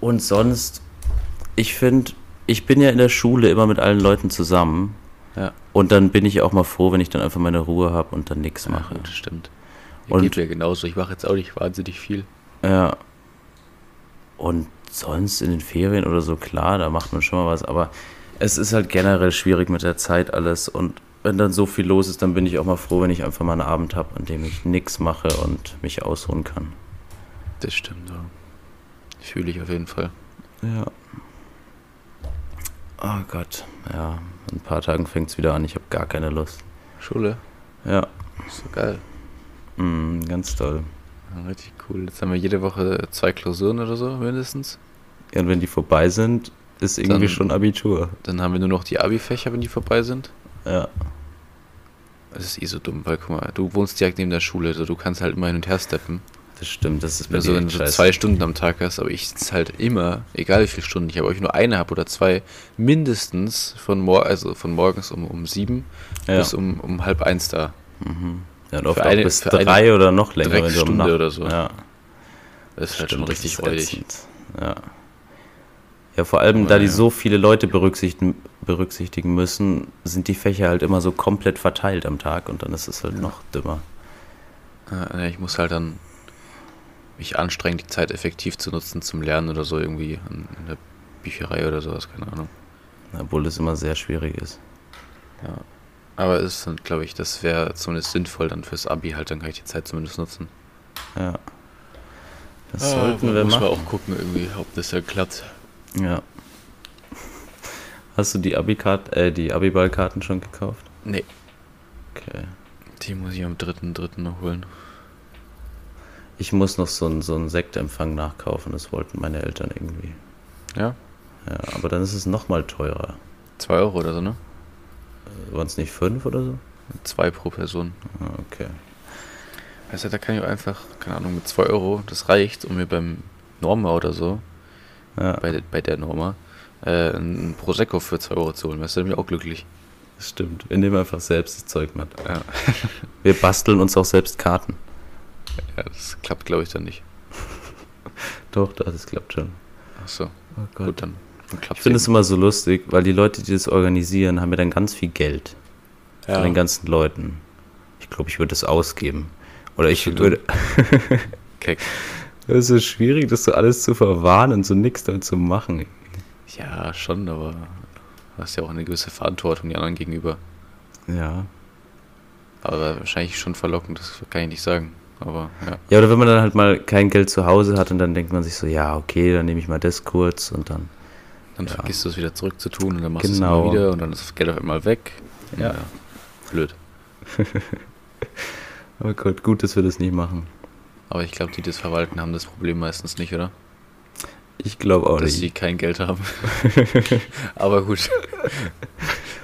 Speaker 1: Und sonst, ich finde, ich bin ja in der Schule immer mit allen Leuten zusammen.
Speaker 2: Ja.
Speaker 1: Und dann bin ich auch mal froh, wenn ich dann einfach meine Ruhe habe und dann nichts
Speaker 2: Ja,
Speaker 1: mache.
Speaker 2: gut, stimmt.
Speaker 1: Und-
Speaker 2: Und geht mir genauso. Ich mache jetzt auch nicht wahnsinnig viel.
Speaker 1: Ja. Und sonst in den Ferien oder so, klar, da macht man schon mal was, aber es ist halt generell schwierig mit der Zeit alles und wenn dann so viel los ist, dann bin ich auch mal froh, wenn ich einfach mal einen Abend habe, an dem ich nichts mache und mich ausruhen kann.
Speaker 2: Das stimmt, ja. Fühle ich auf jeden Fall.
Speaker 1: Ja. Oh Gott. Ja, in ein paar Tagen fängt es wieder an, ich habe gar keine Lust.
Speaker 2: Schule,
Speaker 1: Ja,
Speaker 2: ist so geil.
Speaker 1: mm, ganz toll.
Speaker 2: Ja, Richtig cool. Jetzt haben wir jede Woche zwei Klausuren oder so, mindestens.
Speaker 1: Und wenn die vorbei sind, ist irgendwie
Speaker 2: Dann-
Speaker 1: schon Abitur.
Speaker 2: Dann haben wir nur noch die Abi-Fächer, wenn die vorbei sind.
Speaker 1: Ja,
Speaker 2: Das ist eh so dumm, weil guck mal, du wohnst direkt neben der Schule, also du kannst halt immer hin und her steppen.
Speaker 1: Das stimmt, das ist bei
Speaker 2: Also
Speaker 1: dir
Speaker 2: wenn
Speaker 1: echt
Speaker 2: du so
Speaker 1: scheiße.
Speaker 2: zwei Stunden am Tag hast, aber ich sitze halt immer, egal wie viele Stunden ich habe, ob ich nur eine habe oder zwei, mindestens von, mor also von morgens um, um sieben
Speaker 1: Ja.
Speaker 2: bis um, um halb eins da.
Speaker 1: Ja, und oft
Speaker 2: für eine-
Speaker 1: auch bis
Speaker 2: für eine
Speaker 1: drei oder noch länger, wenn du am
Speaker 2: Dreckstunde
Speaker 1: Nacht-
Speaker 2: oder so.
Speaker 1: Ja,
Speaker 2: Das ist
Speaker 1: stimmt,
Speaker 2: halt schon
Speaker 1: das
Speaker 2: richtig
Speaker 1: ist
Speaker 2: räudig.
Speaker 1: ätzend. Ja. ja, vor allem, da die
Speaker 2: ja.
Speaker 1: so viele Leute berücksichtigen, berücksichtigen müssen, sind die Fächer halt immer so komplett verteilt am Tag und dann ist es halt noch dümmer.
Speaker 2: Ja, ja, ich muss halt dann mich anstrengen, die Zeit effektiv zu nutzen zum Lernen oder so irgendwie in, in der Bücherei oder sowas, keine Ahnung.
Speaker 1: Obwohl es immer sehr schwierig ist.
Speaker 2: Aber es ist, dann, glaube ich, das wäre zumindest sinnvoll dann fürs Abi halt, dann kann ich die Zeit zumindest nutzen.
Speaker 1: Ja. Das sollten wir
Speaker 2: Ah, muss
Speaker 1: machen.
Speaker 2: man auch gucken irgendwie, ob das ja klappt.
Speaker 1: Ja. Hast du die Abi-Kart, äh, die Abiball-Karten schon gekauft?
Speaker 2: Nee,
Speaker 1: Okay.
Speaker 2: die muss ich am 3.3. noch holen.
Speaker 1: Ich muss noch so einen, so einen Sektempfang nachkaufen, das wollten meine Eltern irgendwie.
Speaker 2: Ja,
Speaker 1: Ja, aber dann ist es nochmal teurer.
Speaker 2: 2 Euro oder so, ne?
Speaker 1: Waren es nicht fünf oder so?
Speaker 2: Zwei pro Person.
Speaker 1: Ah, okay.
Speaker 2: Weißt du, da kann ich auch einfach, keine Ahnung, mit 2 Euro, das reicht, um mir beim Norma oder so,
Speaker 1: Ja,
Speaker 2: bei, bei der Norma, äh, ein Prosecco für 2 Euro zu holen. Weißt du, dann bin ich auch glücklich.
Speaker 1: das stimmt. Wir nehmen einfach selbst das Zeug mit.
Speaker 2: Ja.
Speaker 1: Wir basteln uns auch selbst Karten.
Speaker 2: Ja, das klappt, glaube ich, dann nicht.
Speaker 1: Doch, doch, das klappt schon.
Speaker 2: Achso,
Speaker 1: Oh
Speaker 2: gut, dann, dann klappt
Speaker 1: Ich finde es immer so lustig, weil die Leute, die das organisieren, haben ja dann ganz viel Geld von den ganzen Leuten. Ich glaube, ich würde das ausgeben. Oder ich
Speaker 2: Bist du
Speaker 1: würde.
Speaker 2: Keck.
Speaker 1: Es ist schwierig, das so alles zu verwahren und so nichts damit zu machen.
Speaker 2: Ja, schon, aber du hast ja auch eine gewisse Verantwortung den anderen gegenüber.
Speaker 1: Ja.
Speaker 2: Aber wahrscheinlich schon verlockend, das kann ich nicht sagen. Aber ja.
Speaker 1: Ja, oder wenn man dann halt mal kein Geld zu Hause hat und dann denkt man sich so, ja, okay, dann nehme ich mal das kurz und dann.
Speaker 2: Dann
Speaker 1: Ja.
Speaker 2: vergisst du es wieder zurück zu tun und dann machst du
Speaker 1: Genau.
Speaker 2: es immer wieder und dann ist das Geld auf einmal weg.
Speaker 1: Ja.
Speaker 2: Blöd.
Speaker 1: Oh Gott, gut, dass wir das nicht machen.
Speaker 2: Aber ich glaube, die, die das verwalten, haben das Problem meistens nicht, oder?
Speaker 1: Ich glaube auch
Speaker 2: Dass
Speaker 1: nicht.
Speaker 2: sie kein Geld haben. aber gut.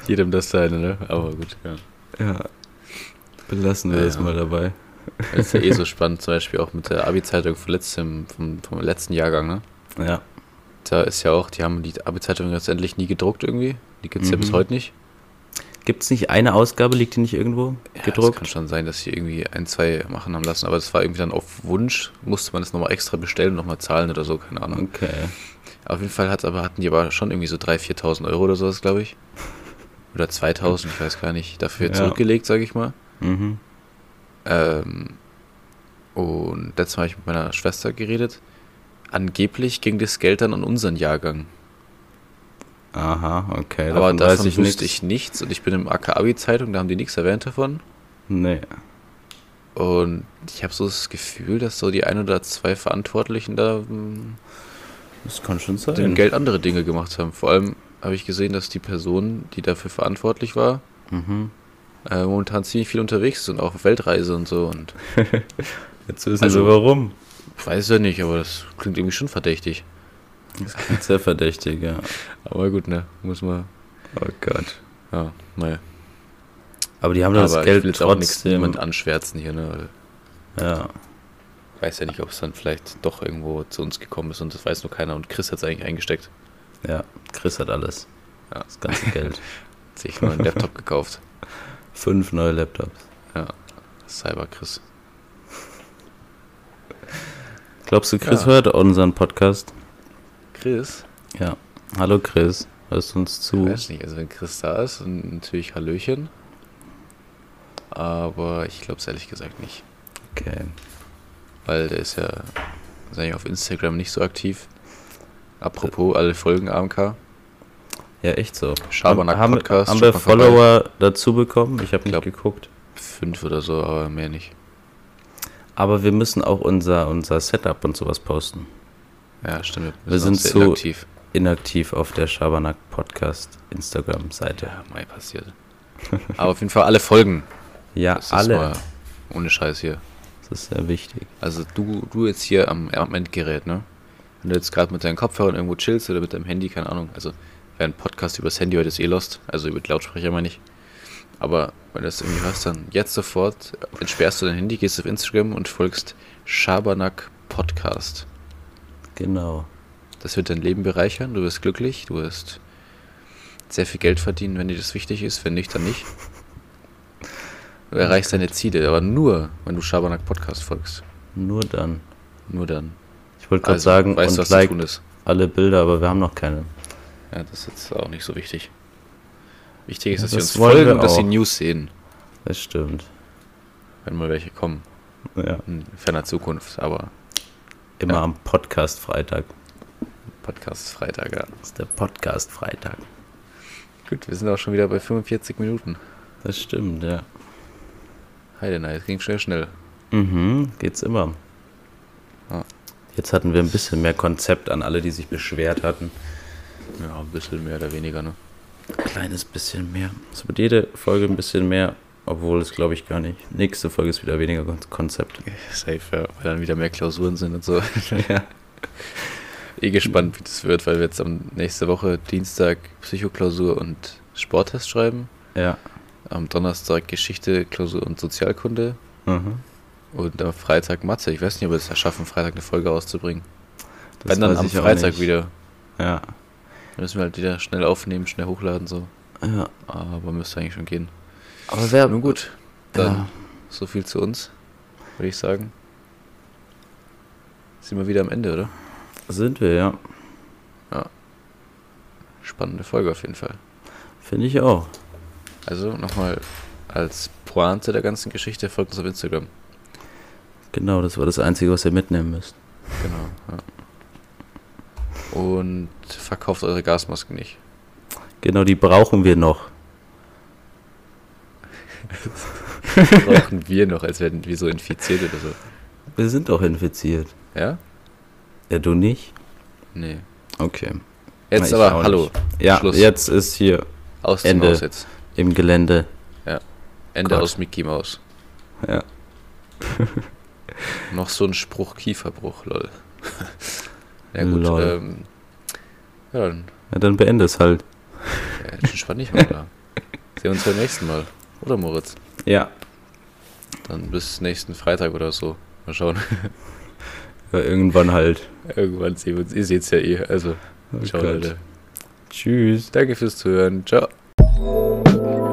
Speaker 2: Jedem das seine, ne? Aber gut, ja.
Speaker 1: Ja. Belassen wir
Speaker 2: Ja,
Speaker 1: das
Speaker 2: ja.
Speaker 1: mal dabei.
Speaker 2: Das ist ja eh so spannend, zum Beispiel auch mit der Abi-Zeitung von letztem, vom, vom letzten Jahrgang, ne?
Speaker 1: Ja.
Speaker 2: Da ist ja auch, die haben die Abi-Zeitung letztendlich nie gedruckt irgendwie. Die gibt es ja
Speaker 1: Mhm.
Speaker 2: bis heute nicht.
Speaker 1: Gibt es nicht eine Ausgabe, liegt die nicht irgendwo
Speaker 2: Ja, Das
Speaker 1: gedruckt?
Speaker 2: kann schon sein, dass sie irgendwie ein, zwei machen haben lassen, aber das war irgendwie dann auf Wunsch, musste man das nochmal extra bestellen und nochmal zahlen oder so, keine Ahnung.
Speaker 1: Okay.
Speaker 2: Auf jeden Fall hat's aber, hatten die aber schon irgendwie so 3.000, 4.000 Euro oder sowas, glaube ich. Oder 2.000, ich weiß gar nicht. Dafür
Speaker 1: Ja.
Speaker 2: zurückgelegt, sage ich mal.
Speaker 1: Mhm.
Speaker 2: Ähm, und letztes Mal habe ich mit meiner Schwester geredet. Angeblich ging das Geld dann an unseren Jahrgang.
Speaker 1: Aha, okay.
Speaker 2: aber davon
Speaker 1: ich nichts.
Speaker 2: wüsste ich nichts. Und ich bin im AKABI-Zeitung, da haben die nichts erwähnt davon.
Speaker 1: Nee.
Speaker 2: Und ich habe so das Gefühl, dass so die ein oder zwei Verantwortlichen da mm,
Speaker 1: Das kann schon
Speaker 2: mit dem
Speaker 1: sein.
Speaker 2: Geld andere Dinge gemacht haben. Vor allem habe ich gesehen, dass die Person, die dafür verantwortlich war,
Speaker 1: Mhm.
Speaker 2: äh, momentan ziemlich viel unterwegs ist und auch auf Weltreise und so. Und
Speaker 1: Jetzt wissen
Speaker 2: Also-
Speaker 1: sie warum.
Speaker 2: weiß ja nicht, aber das klingt irgendwie schon verdächtig.
Speaker 1: Das klingt sehr verdächtig, ja.
Speaker 2: Aber gut, ne? Muss man.
Speaker 1: Oh Gott.
Speaker 2: Ja, naja.
Speaker 1: Aber die haben
Speaker 2: Aber
Speaker 1: das Geld
Speaker 2: ich will jetzt auch nichts
Speaker 1: trotzdem.
Speaker 2: niemand anschwärzen hier, ne? Weil
Speaker 1: ja.
Speaker 2: ich weiß ja nicht, ob es dann vielleicht doch irgendwo zu uns gekommen ist und das weiß nur keiner. Und Chris hat es eigentlich eingesteckt.
Speaker 1: ja, Chris hat alles.
Speaker 2: Ja.
Speaker 1: Das ganze Geld.
Speaker 2: Hat sich nur einen Laptop gekauft.
Speaker 1: Fünf neue Laptops.
Speaker 2: Cyber Chris.
Speaker 1: Glaubst du, Chris
Speaker 2: Ja.
Speaker 1: hört unseren Podcast?
Speaker 2: Chris?
Speaker 1: Ja. Hallo Chris, hörst du uns zu?
Speaker 2: Ich weiß nicht, also wenn Chris da ist, dann natürlich Hallöchen. Aber ich glaube es ehrlich gesagt nicht.
Speaker 1: Okay.
Speaker 2: Weil der ist ja, ist eigentlich auf Instagram nicht so aktiv. Apropos, alle folgen AMK.
Speaker 1: Ja, echt so.
Speaker 2: Schabernack
Speaker 1: haben,
Speaker 2: Podcast,
Speaker 1: Haben wir
Speaker 2: schaut mal vorbei.
Speaker 1: Follower dazu bekommen? Ich habe nicht
Speaker 2: Glaub-
Speaker 1: geguckt.
Speaker 2: Fünf oder so, aber mehr nicht.
Speaker 1: Aber wir müssen auch unser, unser Setup und sowas posten.
Speaker 2: Ja, stimmt.
Speaker 1: Wir sind
Speaker 2: auch sehr
Speaker 1: so-
Speaker 2: inaktiv.
Speaker 1: Inaktiv auf der Schabernack Podcast Instagram-Seite.
Speaker 2: Ja, mal passiert. aber auf jeden Fall alle folgen.
Speaker 1: Ja,
Speaker 2: Das ist
Speaker 1: alle.
Speaker 2: mal ohne Scheiß hier.
Speaker 1: Das ist sehr wichtig.
Speaker 2: Also du, du jetzt hier am, am Endgerät, ne? Wenn du jetzt gerade mit deinen Kopfhörern irgendwo chillst oder mit deinem Handy, keine Ahnung. Also wer einen Podcast übers Handy heute ist eh lost, also über die Lautsprecher meine ich. Aber wenn du das irgendwie hörst, dann jetzt sofort entsperrst du dein Handy, gehst auf Instagram und folgst Schabernack Podcast.
Speaker 1: Genau.
Speaker 2: Das wird dein Leben bereichern, du wirst glücklich, du wirst sehr viel Geld verdienen, wenn dir das wichtig ist, wenn nicht, dann nicht. Du erreichst deine Ziele, aber nur, wenn du Schabernack Podcast folgst.
Speaker 1: Nur dann.
Speaker 2: Nur dann.
Speaker 1: Ich wollte gerade sagen,
Speaker 2: Also, weißt du,
Speaker 1: und
Speaker 2: was zu
Speaker 1: like
Speaker 2: tun ist.
Speaker 1: alle Bilder, aber wir haben noch keine.
Speaker 2: Ja, das ist jetzt auch nicht so wichtig. Wichtig ist,
Speaker 1: Ja,
Speaker 2: dass sie
Speaker 1: das
Speaker 2: uns
Speaker 1: wollen
Speaker 2: folgen
Speaker 1: wir
Speaker 2: und dass sie
Speaker 1: auch.
Speaker 2: News sehen,
Speaker 1: Das stimmt.
Speaker 2: wenn mal welche kommen.
Speaker 1: Ja.
Speaker 2: In ferner Zukunft, aber
Speaker 1: Immer
Speaker 2: Ja.
Speaker 1: am Podcast Freitag.
Speaker 2: Podcast ist Freitag, ja.
Speaker 1: Das ist der Podcast Freitag.
Speaker 2: Gut, wir sind auch schon wieder bei 45 Minuten.
Speaker 1: Das stimmt, ja.
Speaker 2: Heidenei, es ging schnell, schnell.
Speaker 1: Mhm, geht's immer.
Speaker 2: Ja.
Speaker 1: Jetzt hatten wir ein bisschen mehr Konzept an alle, die sich beschwert hatten.
Speaker 2: Ja, ein bisschen mehr oder weniger, ne?
Speaker 1: Kleines bisschen mehr. Es wird jede Folge ein bisschen mehr, obwohl es glaube ich gar nicht. Nächste Folge ist wieder weniger Kon- Konzept.
Speaker 2: Safe, ja, weil dann wieder mehr Klausuren sind und so. eh gespannt, wie das wird, weil wir jetzt am nächste Woche Dienstag Psychoklausur und Sporttest schreiben.
Speaker 1: Ja.
Speaker 2: Am Donnerstag Geschichte, Klausur und Sozialkunde.
Speaker 1: Mhm.
Speaker 2: Und am Freitag Mathe. Ich weiß nicht, ob wir es schaffen, Freitag eine Folge rauszubringen.
Speaker 1: Das
Speaker 2: Wenn dann
Speaker 1: weiß
Speaker 2: am
Speaker 1: ich auch
Speaker 2: Freitag
Speaker 1: nicht.
Speaker 2: wieder.
Speaker 1: Ja.
Speaker 2: Müssen wir halt wieder schnell aufnehmen, schnell hochladen, so.
Speaker 1: ja.
Speaker 2: Aber müsste eigentlich schon gehen.
Speaker 1: Aber wer.
Speaker 2: Nun gut, dann
Speaker 1: Ja.
Speaker 2: so viel zu uns, würde ich sagen. Sind wir wieder am Ende, oder?
Speaker 1: Sind wir, ja.
Speaker 2: Spannende Folge auf jeden Fall.
Speaker 1: Finde ich auch.
Speaker 2: Also nochmal als Pointe der ganzen Geschichte folgt uns auf Instagram.
Speaker 1: Genau, das war das Einzige, was ihr mitnehmen müsst.
Speaker 2: Genau. Ja. Und verkauft eure Gasmasken nicht.
Speaker 1: Genau, die brauchen wir noch.
Speaker 2: Brauchen wir noch, als wären wir so infiziert oder so.
Speaker 1: Wir sind doch infiziert.
Speaker 2: Ja?
Speaker 1: Ja, du nicht?
Speaker 2: Nee.
Speaker 1: Okay.
Speaker 2: Jetzt
Speaker 1: Na, ich auch
Speaker 2: aber, hallo.
Speaker 1: Ja,
Speaker 2: Schluss.
Speaker 1: jetzt ist hier
Speaker 2: Aus dem
Speaker 1: Ende.
Speaker 2: Haus jetzt.
Speaker 1: im Gelände.
Speaker 2: Ende
Speaker 1: Gott.
Speaker 2: aus Mickey Maus.
Speaker 1: Ja.
Speaker 2: Noch so ein Spruch Kieferbruch, lol. ja gut,
Speaker 1: Lol.
Speaker 2: ähm. Ja, dann
Speaker 1: Ja, dann beende es halt.
Speaker 2: äh, entspann dich mal da. Sehen wir uns beim nächsten Mal. Oder Moritz?
Speaker 1: Ja.
Speaker 2: Dann bis nächsten Freitag oder so. Mal schauen.
Speaker 1: ja irgendwann halt.
Speaker 2: Irgendwann sehen wir uns. Ihr seht's ja eh. Also,
Speaker 1: Oh
Speaker 2: ciao,
Speaker 1: Gott.
Speaker 2: Leute.
Speaker 1: Tschüss.
Speaker 2: Danke fürs Zuhören. Ciao.
Speaker 3: Thank